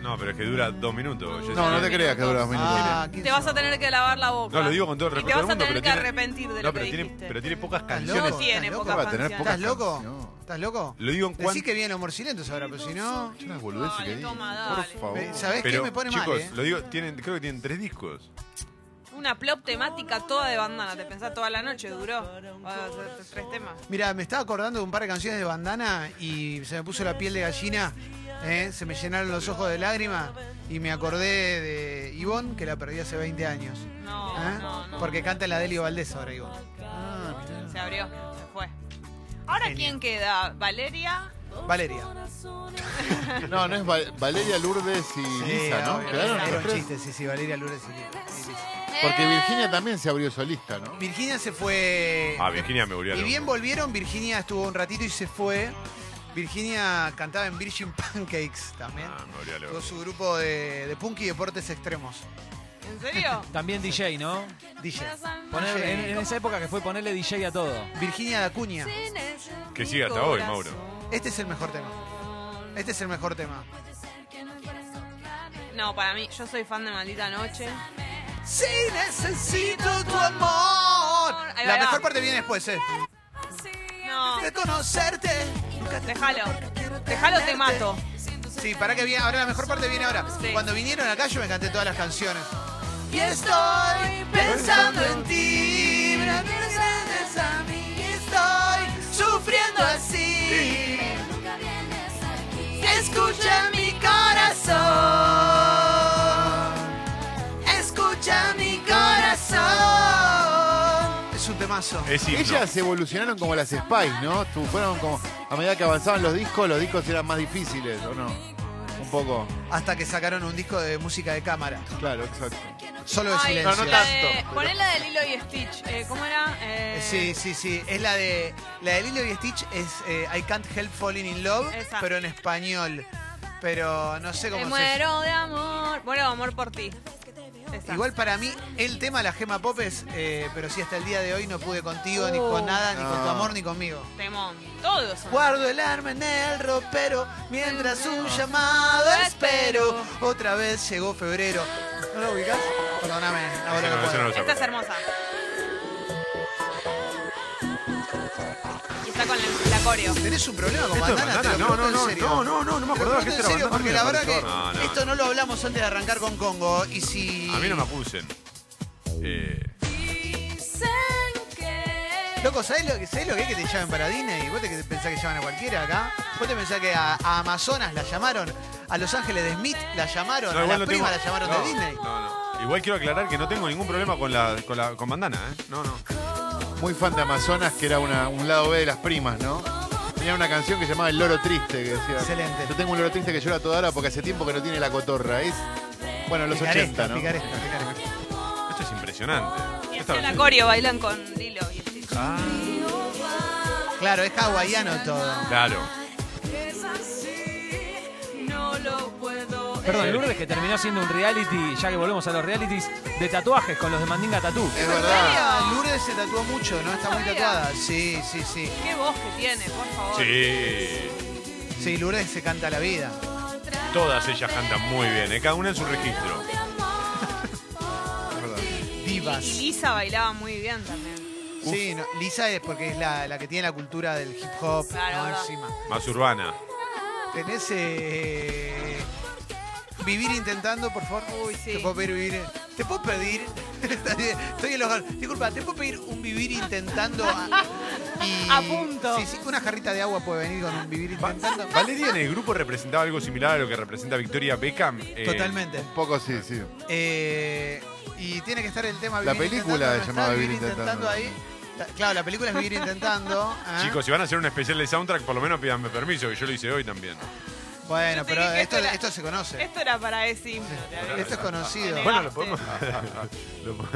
Speaker 2: No, pero es que dura dos minutos. Jessy.
Speaker 3: No, no te creas que dura dos minutos.
Speaker 1: Ah,
Speaker 4: Te vas a tener que lavar la boca.
Speaker 2: No, lo digo con todo el
Speaker 4: Y te
Speaker 2: respeto
Speaker 4: vas
Speaker 2: del
Speaker 4: a
Speaker 2: mundo,
Speaker 4: tener
Speaker 2: pero
Speaker 4: que
Speaker 2: tiene-
Speaker 4: arrepentir
Speaker 2: No,
Speaker 4: de lo que
Speaker 2: pero tiene,
Speaker 4: dijiste.
Speaker 2: pero tiene pocas
Speaker 1: ¿Estás
Speaker 2: canciones.
Speaker 1: loco?
Speaker 4: tiene
Speaker 1: ¿Estás
Speaker 4: poca
Speaker 1: loco?
Speaker 3: Va a tener
Speaker 4: canción.
Speaker 3: pocas
Speaker 1: ¿Estás loco?
Speaker 3: canciones.
Speaker 1: ¿Estás loco?
Speaker 2: Lo digo en
Speaker 1: Decí
Speaker 2: cuanto.
Speaker 1: que vienen los morcilentos ahora, pero si no.
Speaker 3: Yo las boludeces
Speaker 4: Dale,
Speaker 3: que digo.
Speaker 4: toma,
Speaker 3: Por
Speaker 4: dale.
Speaker 3: favor.
Speaker 1: Me- ¿Sabés qué?
Speaker 2: Pero,
Speaker 1: Me pone
Speaker 2: chicos,
Speaker 1: mal. ¿eh?
Speaker 2: lo digo, tienen, creo que tienen tres discos.
Speaker 4: Una plop temática toda de bandana. Te pensás toda la noche, duró. Ah, Tres temas.
Speaker 1: Mira, me estaba acordando de un par de canciones de bandana y se me puso la piel de gallina, ¿eh? se me llenaron los ojos de lágrimas y me acordé de Ivonne, que la perdí hace 20 años.
Speaker 4: No,
Speaker 1: ¿eh?
Speaker 2: ¿Ah?
Speaker 4: no, no.
Speaker 1: Porque canta la Delio Valdés ahora, Ivonne.
Speaker 4: Se abrió, se fue. Ahora,
Speaker 1: Genio.
Speaker 4: ¿quién queda? ¿Valeria?
Speaker 1: Valeria.
Speaker 3: No, no es Val- Valeria Lourdes y Lisa, ¿no?
Speaker 1: obvio,
Speaker 3: Quedaron
Speaker 1: Era
Speaker 3: los
Speaker 1: un
Speaker 3: tres.
Speaker 1: chiste, sí, sí, Valeria Lourdes y Lisa, y Lisa.
Speaker 3: Porque Virginia también se abrió solista, ¿no?
Speaker 1: Virginia se fue.
Speaker 2: Ah, Virginia me volvió a
Speaker 1: Y
Speaker 2: loco.
Speaker 1: bien volvieron, Virginia estuvo un ratito y se fue. Virginia cantaba en Virgin Pancakes también.
Speaker 2: Ah, me volvió a loco.
Speaker 1: Con su grupo de, de punk y deportes extremos.
Speaker 4: ¿En serio?
Speaker 5: También DJ, ¿no?
Speaker 1: DJ.
Speaker 5: Poner-
Speaker 1: DJ.
Speaker 5: en, en esa época que fue ponerle DJ a todo.
Speaker 1: Virginia Dacuña.
Speaker 2: Que siga hasta hoy, Mauro.
Speaker 1: Este es el mejor tema. Este es el mejor tema.
Speaker 4: No, para mí, yo soy fan de Maldita Noche.
Speaker 1: Sí, necesito tu amor.
Speaker 4: Ahí va,
Speaker 1: La
Speaker 4: ahí va.
Speaker 1: mejor parte viene después, ¿eh?
Speaker 4: No,
Speaker 1: De conocerte. nunca te-
Speaker 4: déjalo. Déjalo, te mato.
Speaker 1: Sí, para que viene. Ahora la mejor parte viene ahora.
Speaker 4: Sí.
Speaker 1: Cuando vinieron acá yo me canté todas las canciones. Y estoy pensando en ti. pero no regreses a mí. Y Estoy sufriendo así. Escucha mi corazón. Escucha mi corazón. Es un temazo.
Speaker 3: Eh.
Speaker 2: Es himno.
Speaker 3: Ellas evolucionaron como las Spice, ¿no? Tu- Fueron como. A medida que avanzaban los discos, los discos eran más difíciles, ¿o no? Un poco.
Speaker 1: Hasta que sacaron un disco de música de cámara.
Speaker 3: Claro, exacto.
Speaker 1: Solo de silencio.
Speaker 3: no
Speaker 4: la
Speaker 3: tanto,
Speaker 4: de-
Speaker 3: pero-
Speaker 4: eh, Poné la de Lilo y Stitch. Eh, ¿Cómo era? Eh,
Speaker 1: Sí, sí, sí. Es la de la de Lilo y Stitch es eh, I can't help falling in love,
Speaker 4: Esa.
Speaker 1: pero en español. Pero no sé
Speaker 4: Te
Speaker 1: cómo se
Speaker 4: muero de amor. Muero de amor por ti. Esa.
Speaker 1: Igual para mí el tema la gema pop es, eh, pero sí hasta el día de hoy no pude contigo ni con nada, ni con tu
Speaker 3: No.
Speaker 1: amor ni conmigo.
Speaker 4: Temón. Todos son.
Speaker 1: Guardo el arma en el ropero, mientras un llamado espero. Otra vez llegó febrero. ¿No lo ubicás? Perdóname, ahora lo
Speaker 2: Ese no, ese no
Speaker 1: puedo.
Speaker 2: lo saco.
Speaker 4: Esta es hermosa. Y está con el, la coreo.
Speaker 1: ¿Tenés un problema con
Speaker 2: ¿Esto es
Speaker 1: bandana? Te lo
Speaker 2: bandana? No,
Speaker 1: pregunto
Speaker 2: no,
Speaker 1: en
Speaker 2: no,
Speaker 1: serio.
Speaker 2: no, no, no, no me
Speaker 1: Te lo pregunto
Speaker 2: acordaba que
Speaker 1: en
Speaker 2: esto era
Speaker 1: serio,
Speaker 2: bandana,
Speaker 1: porque
Speaker 2: no
Speaker 1: la
Speaker 2: me
Speaker 1: verdad que
Speaker 2: acordaba. No, no.
Speaker 1: esto no lo hablamos antes de arrancar con Congo. Y si.
Speaker 2: A mí no me acusen. Eh,
Speaker 1: Loco, ¿sabés lo, sabés lo que es que te llamen para Disney? ¿Vos te que- pensás que llaman a cualquiera acá? ¿Vos te pensás que a, a Amazonas la llamaron? ¿A Los Ángeles de Smith la llamaron?
Speaker 2: no,
Speaker 1: ¿A
Speaker 2: igual
Speaker 1: las
Speaker 2: no
Speaker 1: primas
Speaker 2: tengo-
Speaker 1: la llamaron
Speaker 2: no,
Speaker 1: de Disney?
Speaker 2: No, no. Igual quiero aclarar que no tengo ningún problema con la con, la, con bandana, ¿eh? No, no.
Speaker 3: Muy fan de Amazonas, que era una- un lado B de las primas, ¿no? Tenía una canción que se llamaba El Loro Triste, que decía.
Speaker 1: Excelente.
Speaker 3: Yo tengo un loro triste que llora toda hora porque hace tiempo que no tiene la cotorra. Es. Bueno, los
Speaker 1: Picaresca,
Speaker 3: 80, ¿no?
Speaker 1: picaresca, picaresca.
Speaker 2: Esto es impresionante.
Speaker 4: Y
Speaker 2: Esta-
Speaker 4: hacen la coreo, bailan con Lilo y Stitch.
Speaker 1: Claro, es hawaiano todo.
Speaker 2: Claro.
Speaker 4: Es así, no lo puedo. e-.
Speaker 5: Perdón, Lourdes que terminó siendo un reality, ya que volvemos a los realities, de tatuajes con los de Mandinga Tatú.
Speaker 3: Es verdad.
Speaker 1: Ah, Lourdes se tatuó mucho, ¿no? Está muy
Speaker 4: Sabía.
Speaker 1: tatuada. Sí, sí, sí.
Speaker 4: Qué voz que tiene, por favor.
Speaker 2: Sí.
Speaker 1: Sí, Lourdes se canta la vida.
Speaker 2: Todas ellas cantan muy bien, ¿eh? cada una en su registro.
Speaker 3: es verdad.
Speaker 1: Divas.
Speaker 4: Y Lisa bailaba muy bien también.
Speaker 1: Sí, no, Lisa es porque es la, la que tiene la cultura del hip hop
Speaker 4: Claro,
Speaker 1: ¿no?
Speaker 4: verdad.
Speaker 1: encima.
Speaker 2: Más urbana.
Speaker 1: Tenés eh, vivir intentando, por favor.
Speaker 4: Uy, sí.
Speaker 1: Te puedo pedir vivir. Te puedo pedir. Estoy en los gar- Disculpa, ¿te puedo pedir un vivir intentando? A, y-
Speaker 4: A punto.
Speaker 1: Sí, sí, una jarrita de agua puede venir con un vivir intentando.
Speaker 2: Valeria en el grupo representaba algo similar a lo que representa Victoria Beckham. eh,
Speaker 1: Totalmente.
Speaker 3: Un poco sí, sí.
Speaker 1: Eh, y tiene que estar el tema
Speaker 3: La
Speaker 1: Vivir Intentando, ¿no
Speaker 3: película se
Speaker 1: está?
Speaker 3: llamaba Vivir Intentando.
Speaker 1: ahí. Ta- Claro, la película es vivir intentando. ¿ah?
Speaker 2: Chicos, si van a hacer un especial de soundtrack, por lo menos pídanme permiso, que yo lo hice hoy también.
Speaker 1: Bueno,
Speaker 4: Yo te
Speaker 1: pero
Speaker 4: dije
Speaker 1: esto,
Speaker 4: que era-
Speaker 1: esto se conoce.
Speaker 4: Esto era para decir. te aviso.
Speaker 1: Esto es conocido.
Speaker 2: Bueno, lo podemos. Lo po-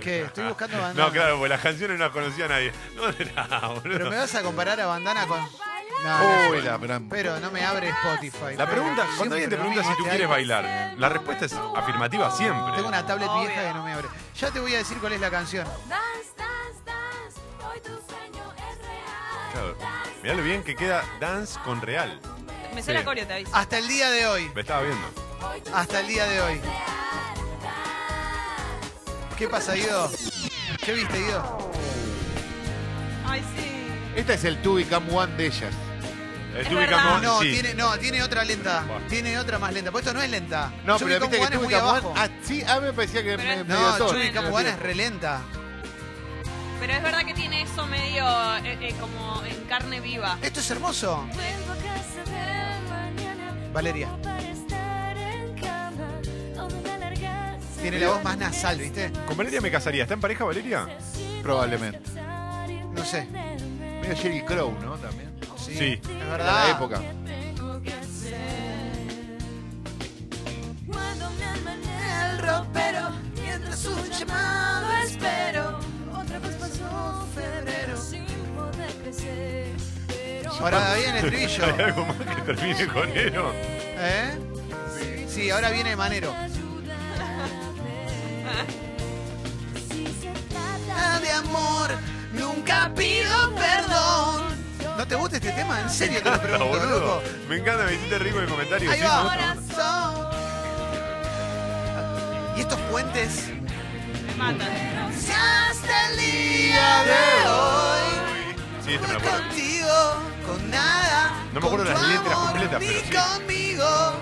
Speaker 1: ¿Qué? Estoy buscando bandana.
Speaker 2: No, claro, porque las canciones no las conocía nadie. ¿Dónde era,
Speaker 1: Pero
Speaker 2: boludo?
Speaker 1: me vas a comparar a bandana con. Ah, No, no,
Speaker 3: Uy, la gran.
Speaker 1: pero no me abre Spotify.
Speaker 2: La pregunta, cuando alguien
Speaker 1: Siempre
Speaker 2: te
Speaker 1: lo
Speaker 2: pregunta
Speaker 1: mismo,
Speaker 2: si tú
Speaker 1: te
Speaker 2: quieres
Speaker 1: hago-
Speaker 2: bailar, la respuesta es afirmativa siempre.
Speaker 1: Tengo una tablet
Speaker 4: Obvio.
Speaker 1: vieja que no me abre. Ya te voy a decir cuál es la canción.
Speaker 2: Claro. Mirá lo bien que queda Dance con Real.
Speaker 4: Me sé la
Speaker 2: Sí.
Speaker 4: coreo, te aviso.
Speaker 1: Hasta el día de hoy.
Speaker 2: Me estaba viendo.
Speaker 1: hasta el día de hoy. ¿Qué pasa, Guido? ¿Qué viste, Guido?
Speaker 4: Ay, sí.
Speaker 3: Esta es el Tubi Cam One de ellas.
Speaker 2: El
Speaker 4: Es
Speaker 2: Tubi
Speaker 4: verdad.
Speaker 2: Camón,
Speaker 1: No,
Speaker 2: Ah, sí.
Speaker 1: tiene, no, tiene otra lenta. Tiene otra más lenta. Pues esto no es lenta.
Speaker 3: No,
Speaker 1: Yo vi
Speaker 3: pero
Speaker 1: con
Speaker 3: viste que
Speaker 1: Juan es
Speaker 3: Tubi
Speaker 1: muy
Speaker 3: Cam One.
Speaker 1: abajo.
Speaker 3: Ah, sí, a mí me parecía que
Speaker 4: Pero
Speaker 3: me
Speaker 4: es-
Speaker 3: medio
Speaker 1: No,
Speaker 3: todo.
Speaker 1: Chuy
Speaker 4: Bueno,
Speaker 1: Campuana es relenta.
Speaker 4: Pero es verdad que tiene eso medio eh, eh, como en carne viva.
Speaker 1: Esto es hermoso. Valeria. Tiene la voz más nasal, ¿viste?
Speaker 2: Con Valeria me casaría. ¿Está en pareja, Valeria?
Speaker 3: Probablemente.
Speaker 1: No sé.
Speaker 3: Medio Jerry Crow, ¿no? También.
Speaker 1: Sí.
Speaker 2: Sí.
Speaker 1: Es
Speaker 3: Para
Speaker 1: verdad.
Speaker 3: la época.
Speaker 6: El ropero, mientras un llamado espero. Otra vez pasó febrero sin poder crecer. Pero
Speaker 1: Ahora viene el estribillo.
Speaker 2: ¿Hay algo más que termine con eso?
Speaker 1: ¿Eh? Sí, ahora viene el manero. de amor, nunca pido perdón. ¿No te gusta este tema? En serio te lo
Speaker 2: No,
Speaker 1: pregunto,
Speaker 2: boludo.
Speaker 1: loco.
Speaker 2: Me encanta, me hiciste rico en el comentario.
Speaker 1: Ahí
Speaker 2: sí,
Speaker 1: va.
Speaker 2: ¿no?
Speaker 1: Y estos puentes.
Speaker 4: Me matan.
Speaker 1: Si hasta el día de hoy
Speaker 2: Sí, esta me
Speaker 1: fui
Speaker 2: la acuerdo.
Speaker 1: contigo, con nada.
Speaker 2: No me acuerdo
Speaker 1: con
Speaker 2: las
Speaker 1: tu
Speaker 2: letras
Speaker 1: amor,
Speaker 2: completas, pero
Speaker 1: ni
Speaker 2: sí.
Speaker 1: conmigo.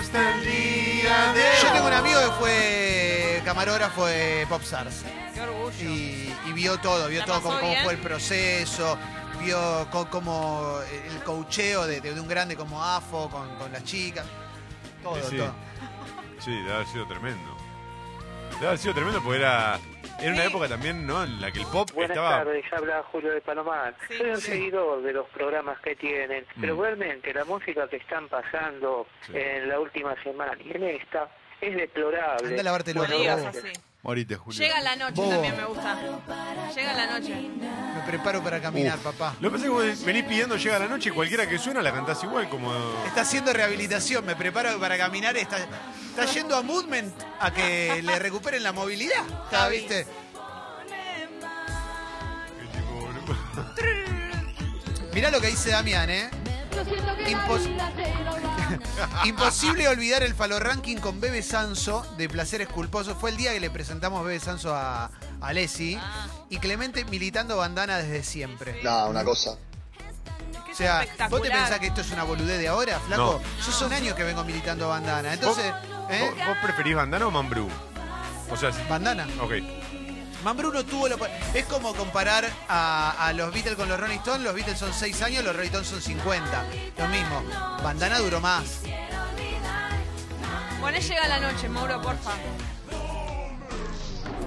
Speaker 2: hasta el día
Speaker 1: Yo tengo un amigo que fue camarógrafo de Popstars
Speaker 4: Qué orgullo.
Speaker 1: y, y vio todo, vio
Speaker 4: ¿La
Speaker 1: todo
Speaker 4: pasó
Speaker 1: cómo, cómo
Speaker 4: bien?
Speaker 1: fue el proceso, vio co- cómo eh, el cocheo de, de un grande como AFO con, con las chicas, todo,
Speaker 2: Sí, sí.
Speaker 1: todo.
Speaker 2: Sí, debe haber sido tremendo. Debe haber sido tremendo porque era. Era una
Speaker 4: Sí.
Speaker 2: época también, ¿no? En la que el pop
Speaker 11: Buenas
Speaker 2: estaba.
Speaker 11: tardes, habla Julio de Palomar.
Speaker 4: Sí.
Speaker 11: Soy un
Speaker 1: Sí.
Speaker 11: seguidor de los programas que tienen, pero
Speaker 2: Mm.
Speaker 11: realmente la música que están pasando
Speaker 2: Sí.
Speaker 11: en la última semana y en esta es deplorable.
Speaker 1: Anda a lavarte el
Speaker 4: No
Speaker 1: Bueno,
Speaker 4: digas
Speaker 1: bobo.
Speaker 4: así.
Speaker 3: Morite, Julio.
Speaker 4: Llega la noche
Speaker 1: Bobo.
Speaker 4: también me gusta. Llega la noche.
Speaker 1: Me preparo para caminar, papá.
Speaker 2: Lo que pasa es que vos venís pidiendo llega la noche y cualquiera que suena la cantás igual, como.
Speaker 1: Está haciendo rehabilitación, me preparo para caminar. Está, está yendo a Movement a que le recuperen la movilidad. Está, ¿viste?
Speaker 2: que tipo, boludo.
Speaker 1: Mirá lo que dice Damián, ¿eh?
Speaker 8: Yo siento que la
Speaker 1: Impos-
Speaker 8: vida te lo gana.
Speaker 1: Imposible olvidar el falo ranking con Bebe Sanso de Placeres Culposos. Fue el día que le presentamos Bebe Sanso a, a Lesi y Clemente militando bandana desde siempre.
Speaker 12: No, una cosa.
Speaker 4: Qué
Speaker 1: O sea, ¿vos te
Speaker 4: espectacular.
Speaker 1: pensás que esto es una boludez de ahora, flaco? Yo son años que vengo militando bandana. Entonces, ¿eh?
Speaker 2: ¿Vos, vos preferís bandana o mambrú? O sea, si-
Speaker 1: Bandana.
Speaker 2: ok.
Speaker 1: Mambruno tuvo la... Es como comparar a, a los Beatles con los Rolling Stones. Los Beatles son 6 años, los Rolling Stones son 50. Lo mismo. Bandana duró más.
Speaker 4: Poné llega la noche, Mauro, porfa.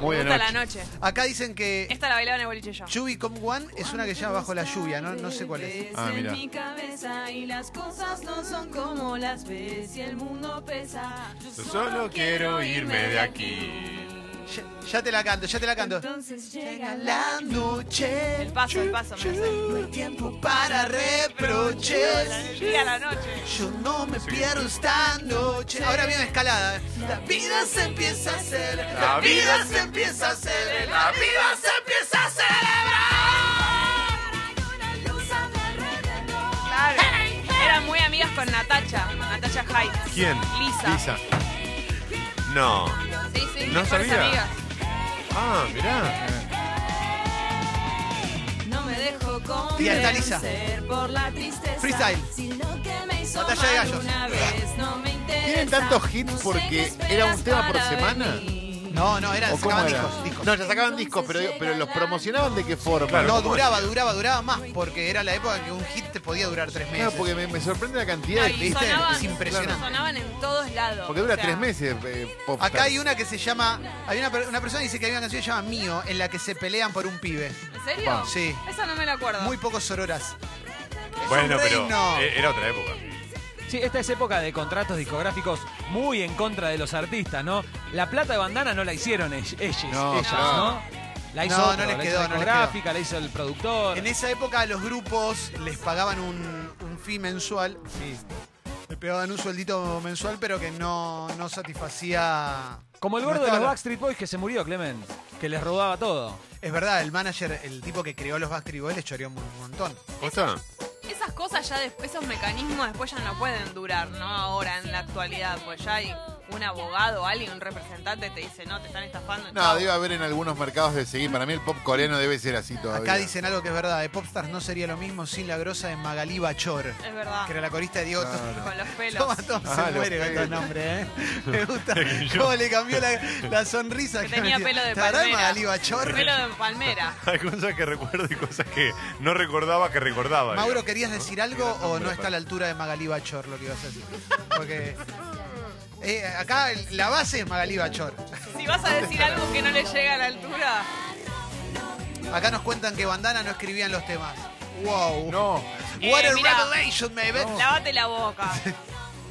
Speaker 3: Muy
Speaker 4: Me
Speaker 3: de
Speaker 4: gusta
Speaker 3: noche.
Speaker 4: la noche.
Speaker 1: Acá dicen que
Speaker 4: Esta la bailaba en el boliche yo.
Speaker 1: Chubby Com One es una que llama Bajo la Lluvia, ¿no? No sé cuál es.
Speaker 3: Ah, mira.
Speaker 6: mi cabeza y las cosas no son como las ves y el mundo pesa. Yo
Speaker 2: Yo solo quiero irme de aquí.
Speaker 1: Ya, ya te la canto, ya te la canto.
Speaker 6: Entonces llega
Speaker 1: Llega
Speaker 6: la
Speaker 1: la noche.
Speaker 4: El paso, el paso, me
Speaker 1: chu,
Speaker 4: hace.
Speaker 1: no hay tiempo para reproches.
Speaker 4: Llega la noche.
Speaker 1: Yo no me pierdo esta noche. Ahora viene escalada. La vida se empieza a celebrar. La vida se empieza a celebrar. La vida se empieza a celebrar.
Speaker 4: Claro. Eran muy amigas con Natacha. Natacha Hyde.
Speaker 2: ¿Quién?
Speaker 4: Lisa.
Speaker 2: Lisa. No.
Speaker 4: Sí, sí,
Speaker 2: No
Speaker 4: mejores
Speaker 2: sabía.
Speaker 4: amigas.
Speaker 2: Ah, mirá.
Speaker 6: No me dejo
Speaker 1: Y ahí está Lisa.
Speaker 6: convencer por la tristeza.
Speaker 1: Freestyle.
Speaker 6: Si lo que me hizo
Speaker 1: Batalla de
Speaker 6: mal
Speaker 1: gallos.
Speaker 6: una vez no me interesa.
Speaker 3: ¿Tienen tantos hits
Speaker 6: No sé
Speaker 3: porque
Speaker 6: qué esperas
Speaker 3: era un tema por
Speaker 6: para
Speaker 3: semana?
Speaker 6: venir.
Speaker 1: No, no, eran,
Speaker 3: ¿O cómo
Speaker 1: sacaban
Speaker 3: era?
Speaker 1: discos, discos.
Speaker 3: No, ya sacaban discos, pero, pero los promocionaban de qué forma.
Speaker 2: Claro,
Speaker 1: No,
Speaker 2: ¿cómo
Speaker 1: duraba, duraba, duraba más, porque era la época en que un hit te podía durar tres meses.
Speaker 3: Claro, porque me, me sorprende la cantidad
Speaker 4: No,
Speaker 3: de
Speaker 4: y
Speaker 3: hits.
Speaker 1: ¿viste?
Speaker 4: sonaban,
Speaker 1: Es impresionante.
Speaker 4: sonaban en todos lados.
Speaker 3: Porque dura
Speaker 4: o sea,
Speaker 3: tres meses. eh, Popstar.
Speaker 1: Acá hay una que se llama. Hay una, per- una persona que dice que hay una canción que se llama Mío, en la que se pelean por un pibe.
Speaker 4: ¿En serio?
Speaker 1: Sí.
Speaker 4: Esa no me la acuerdo.
Speaker 1: Muy pocos sororas.
Speaker 2: Bueno,
Speaker 1: un
Speaker 2: pero
Speaker 1: reino.
Speaker 2: eh, era otra época.
Speaker 5: Sí, esta es época de contratos discográficos muy en contra de los artistas, ¿no? La plata de bandana no la hicieron ell- ellos,
Speaker 3: No,
Speaker 5: ellas,
Speaker 3: claro.
Speaker 5: ¿no? La hizo
Speaker 1: No, no
Speaker 5: otro,
Speaker 1: les
Speaker 5: la
Speaker 1: quedó,
Speaker 5: hizo
Speaker 1: no les
Speaker 5: la discográfica, la hizo el productor.
Speaker 1: En esa época a los grupos les pagaban un, un fee mensual.
Speaker 5: Sí.
Speaker 1: Les pagaban un sueldito mensual, pero que no, no satisfacía.
Speaker 5: Como el
Speaker 1: no
Speaker 5: gordo de los
Speaker 1: estaba-
Speaker 5: Backstreet Boys que se murió, Clement, que les robaba todo.
Speaker 1: Es verdad, el manager, el tipo que creó los Backstreet Boys, les choreó un montón.
Speaker 2: ¿Cómo está?
Speaker 4: Esas cosas ya después, esos mecanismos después ya no pueden durar, ¿no? Ahora, en la actualidad, pues ya hay un abogado, alguien, un representante te dice, no, te están estafando.
Speaker 3: No,
Speaker 4: chau".
Speaker 3: debe haber en algunos mercados de seguir. Para mí el pop coreano debe ser así todavía.
Speaker 1: Acá dicen algo que es verdad, de Popstars no sería lo mismo sin la grosa de Magalí Bachor.
Speaker 4: Es verdad.
Speaker 1: Que era la corista de Diego
Speaker 3: No,
Speaker 1: Torres.
Speaker 3: no.
Speaker 4: Con los pelos.
Speaker 1: Toma, toma,
Speaker 3: Ah,
Speaker 1: se
Speaker 3: lo
Speaker 1: muere con
Speaker 3: pelos.
Speaker 1: estos nombres, ¿eh? Me gusta cómo le cambió la, la sonrisa.
Speaker 4: Que tenía
Speaker 1: metió.
Speaker 4: pelo de
Speaker 1: ¿Te acordás
Speaker 4: palmera.
Speaker 1: Magalí Bachor?
Speaker 4: Pelo de palmera.
Speaker 2: Hay cosas que recuerdo y cosas que no recordaba que recordaba.
Speaker 1: Mauro,
Speaker 2: digamos.
Speaker 1: ¿querías decir algo
Speaker 2: Gran
Speaker 1: o
Speaker 2: nombre,
Speaker 1: no está a la altura de Magalí Bachor lo que ibas a decir? Porque eh, acá el- la base es Magalí Bachor.
Speaker 4: Si vas a decir algo que no le llega a la altura,
Speaker 1: Acá nos cuentan que Bandana no escribía en los temas. Wow.
Speaker 3: No.
Speaker 4: Eh,
Speaker 1: What a
Speaker 4: mirá.
Speaker 1: revelation, baby.
Speaker 4: lávate la boca.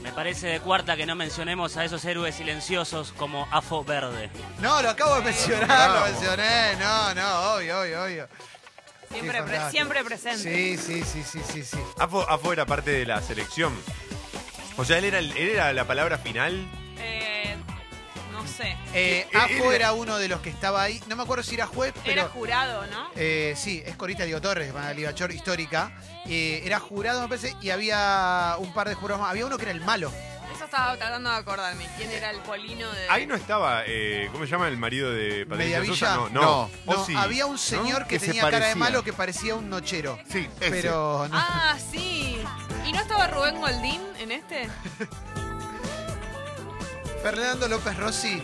Speaker 12: Me parece de cuarta que no mencionemos a esos héroes silenciosos como Afo Verde.
Speaker 1: No, lo acabo de mencionar, lo
Speaker 3: Vamos.
Speaker 1: mencioné. No, no, obvio, obvio, obvio. Sí,
Speaker 4: Siempre, pre-
Speaker 1: fantástico.
Speaker 4: siempre presente.
Speaker 1: Sí, sí, sí, sí, sí, sí.
Speaker 2: Afo, Afo era parte de la selección. O sea, él era, el- él era la palabra final.
Speaker 4: Eh, no sé.
Speaker 1: Eh,
Speaker 2: Eh,
Speaker 1: Afo
Speaker 2: eh,
Speaker 1: era uno de los que estaba ahí. No me acuerdo si era juez, pero.
Speaker 4: Era jurado, ¿no?
Speaker 1: Eh, sí, es corista Diego Torres, Magali Bachor, histórica. Eh, era jurado, me parece, y había un par de jurados más. Había uno que era el malo.
Speaker 4: Eso estaba tratando de acordarme. ¿Quién era el polino de.?
Speaker 2: Ahí no estaba, eh, ¿cómo se llama el marido de Patricia
Speaker 1: Mediavilla.
Speaker 2: Sosa? No, no.
Speaker 3: No,
Speaker 1: No,
Speaker 2: Ozzy,
Speaker 1: había un señor
Speaker 3: ¿no?
Speaker 1: que,
Speaker 3: Que se
Speaker 1: tenía cara de
Speaker 3: parecía.
Speaker 1: malo que parecía un nochero.
Speaker 3: Sí, ese.
Speaker 1: Pero no.
Speaker 4: Ah, sí. ¿Y no estaba Rubén Goldín en este?
Speaker 1: Fernando López Rossi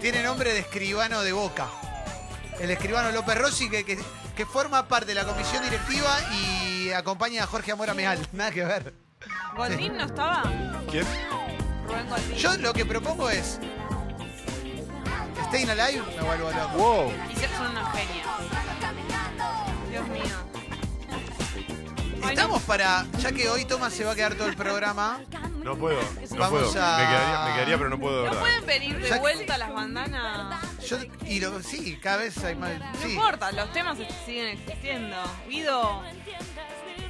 Speaker 1: tiene nombre de escribano de boca. El escribano López Rossi que, que- que forma parte de la comisión directiva y acompaña a Jorge Amora Meal. Nada que ver.
Speaker 4: ¿Goldín no estaba?
Speaker 2: ¿Quién?
Speaker 4: Rubén Goldín.
Speaker 1: Yo lo que propongo es. Staying Alive, me vuelvo loco.
Speaker 3: Wow.
Speaker 4: Y ser son una genia. Dios mío. Ay,
Speaker 1: Estamos para. Ya que hoy Tomás se va a quedar todo el programa.
Speaker 2: No puedo, no
Speaker 1: Vamos
Speaker 2: puedo.
Speaker 1: a-
Speaker 2: Me, quedaría, me quedaría, pero no puedo, de
Speaker 4: ¿No
Speaker 2: verdad.
Speaker 4: pueden venir de
Speaker 1: Ya-
Speaker 4: vuelta las bandanas?
Speaker 1: Yo, y lo, sí, cada vez hay más.
Speaker 4: No
Speaker 1: Sí.
Speaker 4: importa, los temas siguen existiendo. Guido,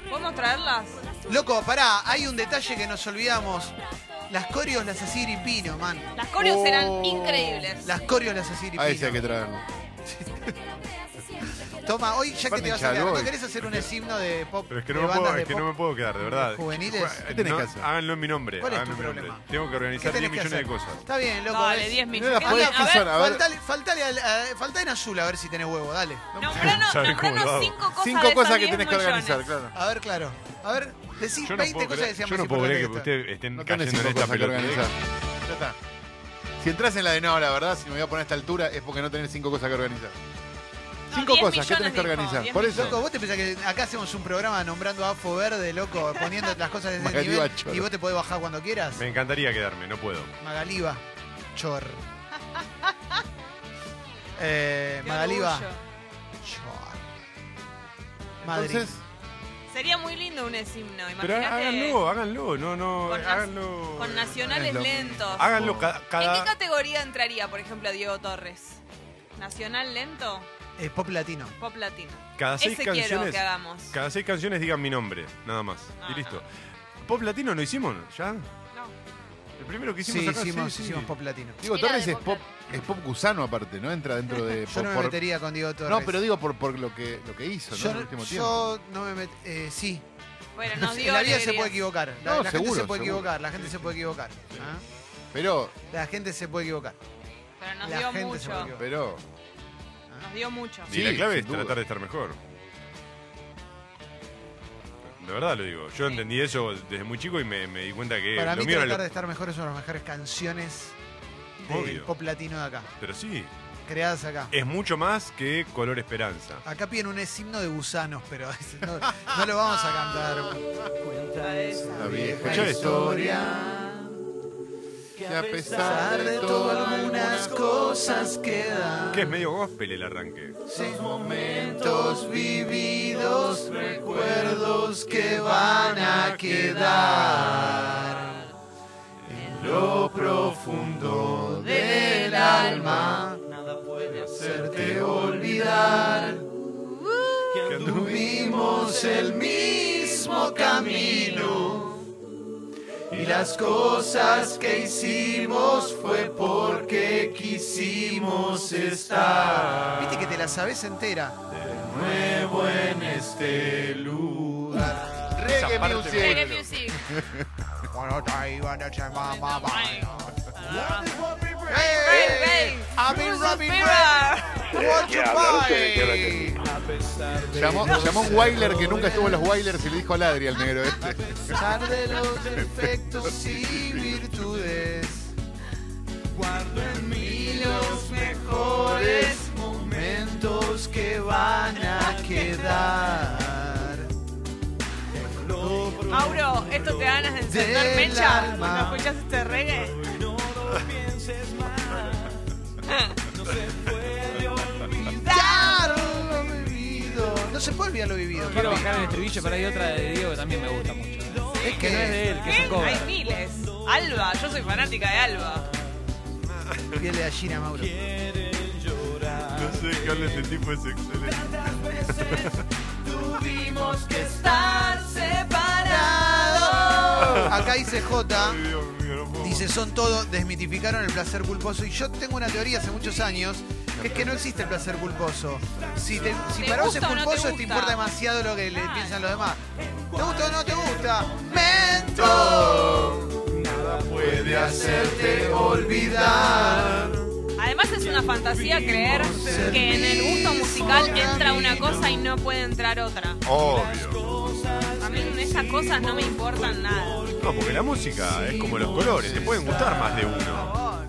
Speaker 4: ¿podemos traerlas?
Speaker 1: Loco, pará, hay un detalle que nos olvidamos. Las corios las hacía Iripino, man.
Speaker 4: Las coreos
Speaker 3: Oh.
Speaker 4: eran increíbles.
Speaker 1: Las corios las hacía Iripino.
Speaker 3: Ahí sí hay que traerlo.
Speaker 1: Toma, hoy ya que
Speaker 3: Aparte
Speaker 1: te vas a
Speaker 3: Chad
Speaker 1: quedar, ¿no
Speaker 3: Boy.
Speaker 1: querés hacer un himno de pop?
Speaker 2: Pero es que,
Speaker 1: de
Speaker 2: no me,
Speaker 1: bandas
Speaker 2: puedo,
Speaker 1: de
Speaker 2: es que
Speaker 1: pop?
Speaker 2: no me puedo quedar, de verdad.
Speaker 1: juveniles?
Speaker 2: Jue-
Speaker 3: ¿Qué tenés
Speaker 2: no,
Speaker 3: que hacer?
Speaker 2: Háganlo en mi nombre.
Speaker 1: ¿Cuál es
Speaker 2: háganlo
Speaker 1: tu
Speaker 2: en mi nombre.
Speaker 1: problema?
Speaker 2: Tengo que
Speaker 1: ¿Qué
Speaker 2: organizar 10
Speaker 1: tenés que
Speaker 2: millones de
Speaker 1: hacer?
Speaker 2: cosas. Ah,
Speaker 1: Está bien, loco.
Speaker 4: Dale,
Speaker 1: ves.
Speaker 4: 10
Speaker 3: No la
Speaker 4: millones.
Speaker 3: podés
Speaker 4: A
Speaker 3: pisar,
Speaker 4: ver,
Speaker 3: a ver.
Speaker 1: Faltale, faltale, al- a- faltale en azul a ver si tenés huevo, dale.
Speaker 4: nombranos,
Speaker 2: Sabe cómo lo hago.
Speaker 4: cinco cosas,
Speaker 3: Cinco
Speaker 4: de
Speaker 3: cosas
Speaker 4: esas
Speaker 3: que
Speaker 4: 10
Speaker 3: tenés que
Speaker 4: millones.
Speaker 3: organizar, claro.
Speaker 1: A ver, claro. A ver, decís
Speaker 2: Yo no
Speaker 1: 20
Speaker 2: puedo
Speaker 1: cosas
Speaker 2: creer-
Speaker 1: que sean
Speaker 2: yo
Speaker 1: más
Speaker 2: no puedo creer que
Speaker 1: importantes
Speaker 2: ustedes estén
Speaker 3: No tenés
Speaker 2: cayendo en
Speaker 3: cinco
Speaker 2: esta
Speaker 3: cosas que
Speaker 2: pelota.
Speaker 3: organizar. Ya está. Si entras en la de no, la verdad, si me voy a poner a esta altura es porque no tenés cinco cosas que organizar. Cinco
Speaker 4: 10
Speaker 3: cosas que
Speaker 4: millones
Speaker 3: tenés que
Speaker 4: dijo,
Speaker 3: organizar.
Speaker 4: 10
Speaker 3: Por
Speaker 1: esta. Loco,
Speaker 3: eso.
Speaker 1: vos te pensás que acá hacemos un programa nombrando a Afo Verde, loco, poniendo las cosas de ese
Speaker 3: Magalí
Speaker 1: nivel
Speaker 3: Bachor.
Speaker 1: y vos te podés bajar cuando quieras.
Speaker 2: Me encantaría quedarme, no puedo.
Speaker 1: Magaliba. Chor. Eh,
Speaker 4: Qué
Speaker 1: Magaliba.
Speaker 4: orgullo.
Speaker 1: Chor. Madrid.
Speaker 3: Entonces,
Speaker 4: Sería muy lindo un himno,
Speaker 2: Pero
Speaker 4: imagínate.
Speaker 2: háganlo, háganlo. No, no,
Speaker 4: Con nas-
Speaker 2: háganlo.
Speaker 4: con nacionales
Speaker 3: Háganlo.
Speaker 4: lentos.
Speaker 2: Háganlo ca-
Speaker 4: ¿En qué
Speaker 2: cada.
Speaker 4: categoría entraría, por ejemplo, Diego Torres? ¿Nacional lento?
Speaker 1: Eh, pop latino.
Speaker 4: ¿Pop latino?
Speaker 2: Cada seis
Speaker 4: Ese quiero
Speaker 2: canciones.
Speaker 4: que hagamos.
Speaker 2: Cada seis canciones digan mi nombre, nada más.
Speaker 4: No,
Speaker 2: y listo. ¿Pop latino lo hicimos? ¿Ya?
Speaker 4: No.
Speaker 2: El primero que hicimos
Speaker 1: Sí,
Speaker 2: acá,
Speaker 1: hicimos,
Speaker 2: sí, sí.
Speaker 1: hicimos pop latino.
Speaker 3: digo,
Speaker 4: Era
Speaker 3: Torres
Speaker 4: de
Speaker 3: es pop, es pop gusano aparte, ¿no? Entra dentro de
Speaker 1: Yo
Speaker 3: pop
Speaker 1: no me
Speaker 3: por-
Speaker 1: metería con Diego Torres.
Speaker 3: No, pero digo por, por lo, que, lo que hizo, ¿no?
Speaker 1: Yo,
Speaker 3: en el último tiempo.
Speaker 1: yo no me met... eh, sí.
Speaker 4: Bueno, nos dio
Speaker 1: la vida se
Speaker 4: alegría.
Speaker 1: puede equivocar. La,
Speaker 3: No,
Speaker 1: la gente
Speaker 3: seguro,
Speaker 1: se puede
Speaker 3: seguro.
Speaker 1: equivocar. La gente se puede equivocar. ¿ah?
Speaker 3: Pero,
Speaker 1: La gente se puede equivocar.
Speaker 4: Pero nos
Speaker 1: La
Speaker 4: dio
Speaker 1: gente se
Speaker 4: mucho.
Speaker 1: volvió.
Speaker 3: pero.
Speaker 4: Nos dio mucho.
Speaker 2: Y
Speaker 3: Sí,
Speaker 2: la clave
Speaker 3: sin
Speaker 2: es
Speaker 3: duda.
Speaker 2: tratar de estar mejor. De verdad lo digo. Yo entendí eso desde muy chico y me, me di cuenta
Speaker 3: Eh,
Speaker 2: que
Speaker 1: Para
Speaker 2: lo
Speaker 1: mí
Speaker 2: mío
Speaker 1: tratar
Speaker 2: era lo-
Speaker 1: de estar mejor es una de las mejores canciones del
Speaker 2: Obvio.
Speaker 1: pop latino de acá.
Speaker 2: Pero sí,
Speaker 1: Creadas acá.
Speaker 2: es mucho más que Color Esperanza.
Speaker 1: Acá piden un himno de gusanos, pero no, no lo vamos a cantar.
Speaker 4: Cuenta esa.
Speaker 3: La vieja
Speaker 2: Escuchá esto.
Speaker 3: que a pesar de todo algunas
Speaker 1: cosas quedan.
Speaker 2: Que es medio gospel el arranque.
Speaker 1: Momentos vividos, recuerdos que van a quedar en lo profundo del alma. Nada puede hacerte olvidar
Speaker 2: Que andu-
Speaker 1: Tuvimos el mismo camino y las cosas que hicimos fue porque quisimos estar. Viste que te la sabes entera. De nuevo en este lugar.
Speaker 2: esa
Speaker 3: Reggae
Speaker 2: parte me-
Speaker 3: music.
Speaker 4: Reggae music.
Speaker 1: Bueno, ahí van a echar más, más, más.
Speaker 4: Hey, hey,
Speaker 1: I'm in
Speaker 4: Bruce
Speaker 1: Robin
Speaker 4: Spear.
Speaker 1: Hood. What you
Speaker 3: Ya, hablar ustedes, que hablan
Speaker 1: buy?
Speaker 3: Llamó, llamó un Wailer que nunca estuvo en los Wailers y le dijo al Adri al negro este.
Speaker 1: pesar de los defectos y virtudes, guardo en mí los mejores momentos que van a quedar.
Speaker 4: Mauro, ¿esto te da ganas de encender
Speaker 1: Del
Speaker 4: mecha
Speaker 1: alma.
Speaker 4: cuando escuchas este reggae?
Speaker 1: Claro, lo vivido. No se puede olvidar lo vivido.
Speaker 5: Quiero
Speaker 1: papi.
Speaker 5: bajar el estribillo, pero hay otra de Diego que también me gusta mucho.
Speaker 1: Es
Speaker 5: Que no es de él, que es un
Speaker 4: ¿Qué? Hay
Speaker 5: cover.
Speaker 4: miles. Alba, yo soy fanática de Alba.
Speaker 1: Piel de gallina, Mauro.
Speaker 2: No sé qué habla este tipo, es excelente.
Speaker 4: Tuvimos que
Speaker 6: estar separados.
Speaker 1: Acá dice J. Dice, son todos, desmitificaron el placer culposo. Y yo tengo una teoría hace muchos años, que es que no existe el placer culposo. Si, te- si
Speaker 4: ¿Te
Speaker 1: para vos es
Speaker 4: gusta o no te
Speaker 1: culposo, te
Speaker 4: gusta?
Speaker 1: importa demasiado lo que le piensan los demás. ¿Te gusta o no te gusta? ¡Mento!
Speaker 2: Puede
Speaker 1: hacerte olvidar.
Speaker 4: Además es una fantasía creer que en el gusto musical entra una cosa y no puede entrar otra.
Speaker 2: Obvio.
Speaker 4: A mí esas cosas no me importan nada.
Speaker 2: No, porque la música es como los colores, te pueden gustar más de uno.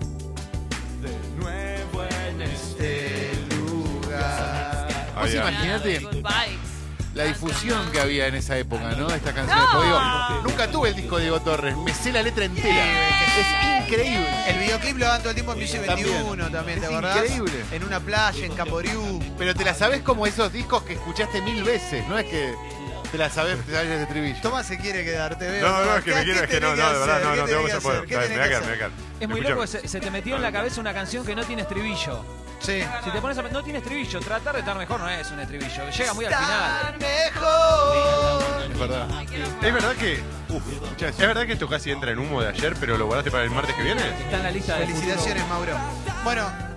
Speaker 1: Este lugar.
Speaker 3: Vos
Speaker 2: Había-
Speaker 3: imaginate
Speaker 4: Good vibes.
Speaker 3: la difusión que había en esa época, ¿no? Estas canciones.
Speaker 4: No.
Speaker 3: Porque Pues digo, nunca tuve el disco de Diego Torres, me sé la letra entera. Es increíble.
Speaker 1: El videoclip lo dan todo el tiempo en Music 21 también, ¿te
Speaker 3: Es
Speaker 1: acordás?
Speaker 3: increíble.
Speaker 1: En una playa, en Caporiú.
Speaker 3: Pero te la sabes como esos discos que escuchaste mil veces, no es que te la sabes, te sabes el estribillo.
Speaker 1: Tomás se quiere quedar, te veo.
Speaker 2: No, no, es que
Speaker 1: ¿Qué-
Speaker 2: me quiero,
Speaker 1: qué
Speaker 2: es que no,
Speaker 1: tenés
Speaker 2: no, de verdad,
Speaker 1: hacer?
Speaker 2: no,
Speaker 1: ¿Qué
Speaker 2: no, tengo que
Speaker 1: tenés
Speaker 2: hacer por
Speaker 1: ¿Qué
Speaker 2: Me voy a
Speaker 1: tenés que
Speaker 2: quedar, me voy a
Speaker 1: hacer?
Speaker 2: quedar.
Speaker 5: Es muy
Speaker 2: Escuchame.
Speaker 5: loco, se, se te metió en la cabeza una canción que no tiene estribillo.
Speaker 1: Sí.
Speaker 5: Si te pones a no tiene estribillo, tratar de estar mejor no es un estribillo, llega muy al final.
Speaker 1: Estar mejor.
Speaker 2: Es verdad. Es verdad que. Uf, escuchá, es verdad que esto casi entra en humo de ayer, pero lo guardaste para el martes que viene.
Speaker 5: Está en la lista de
Speaker 1: Felicitaciones, Mauro. Bueno,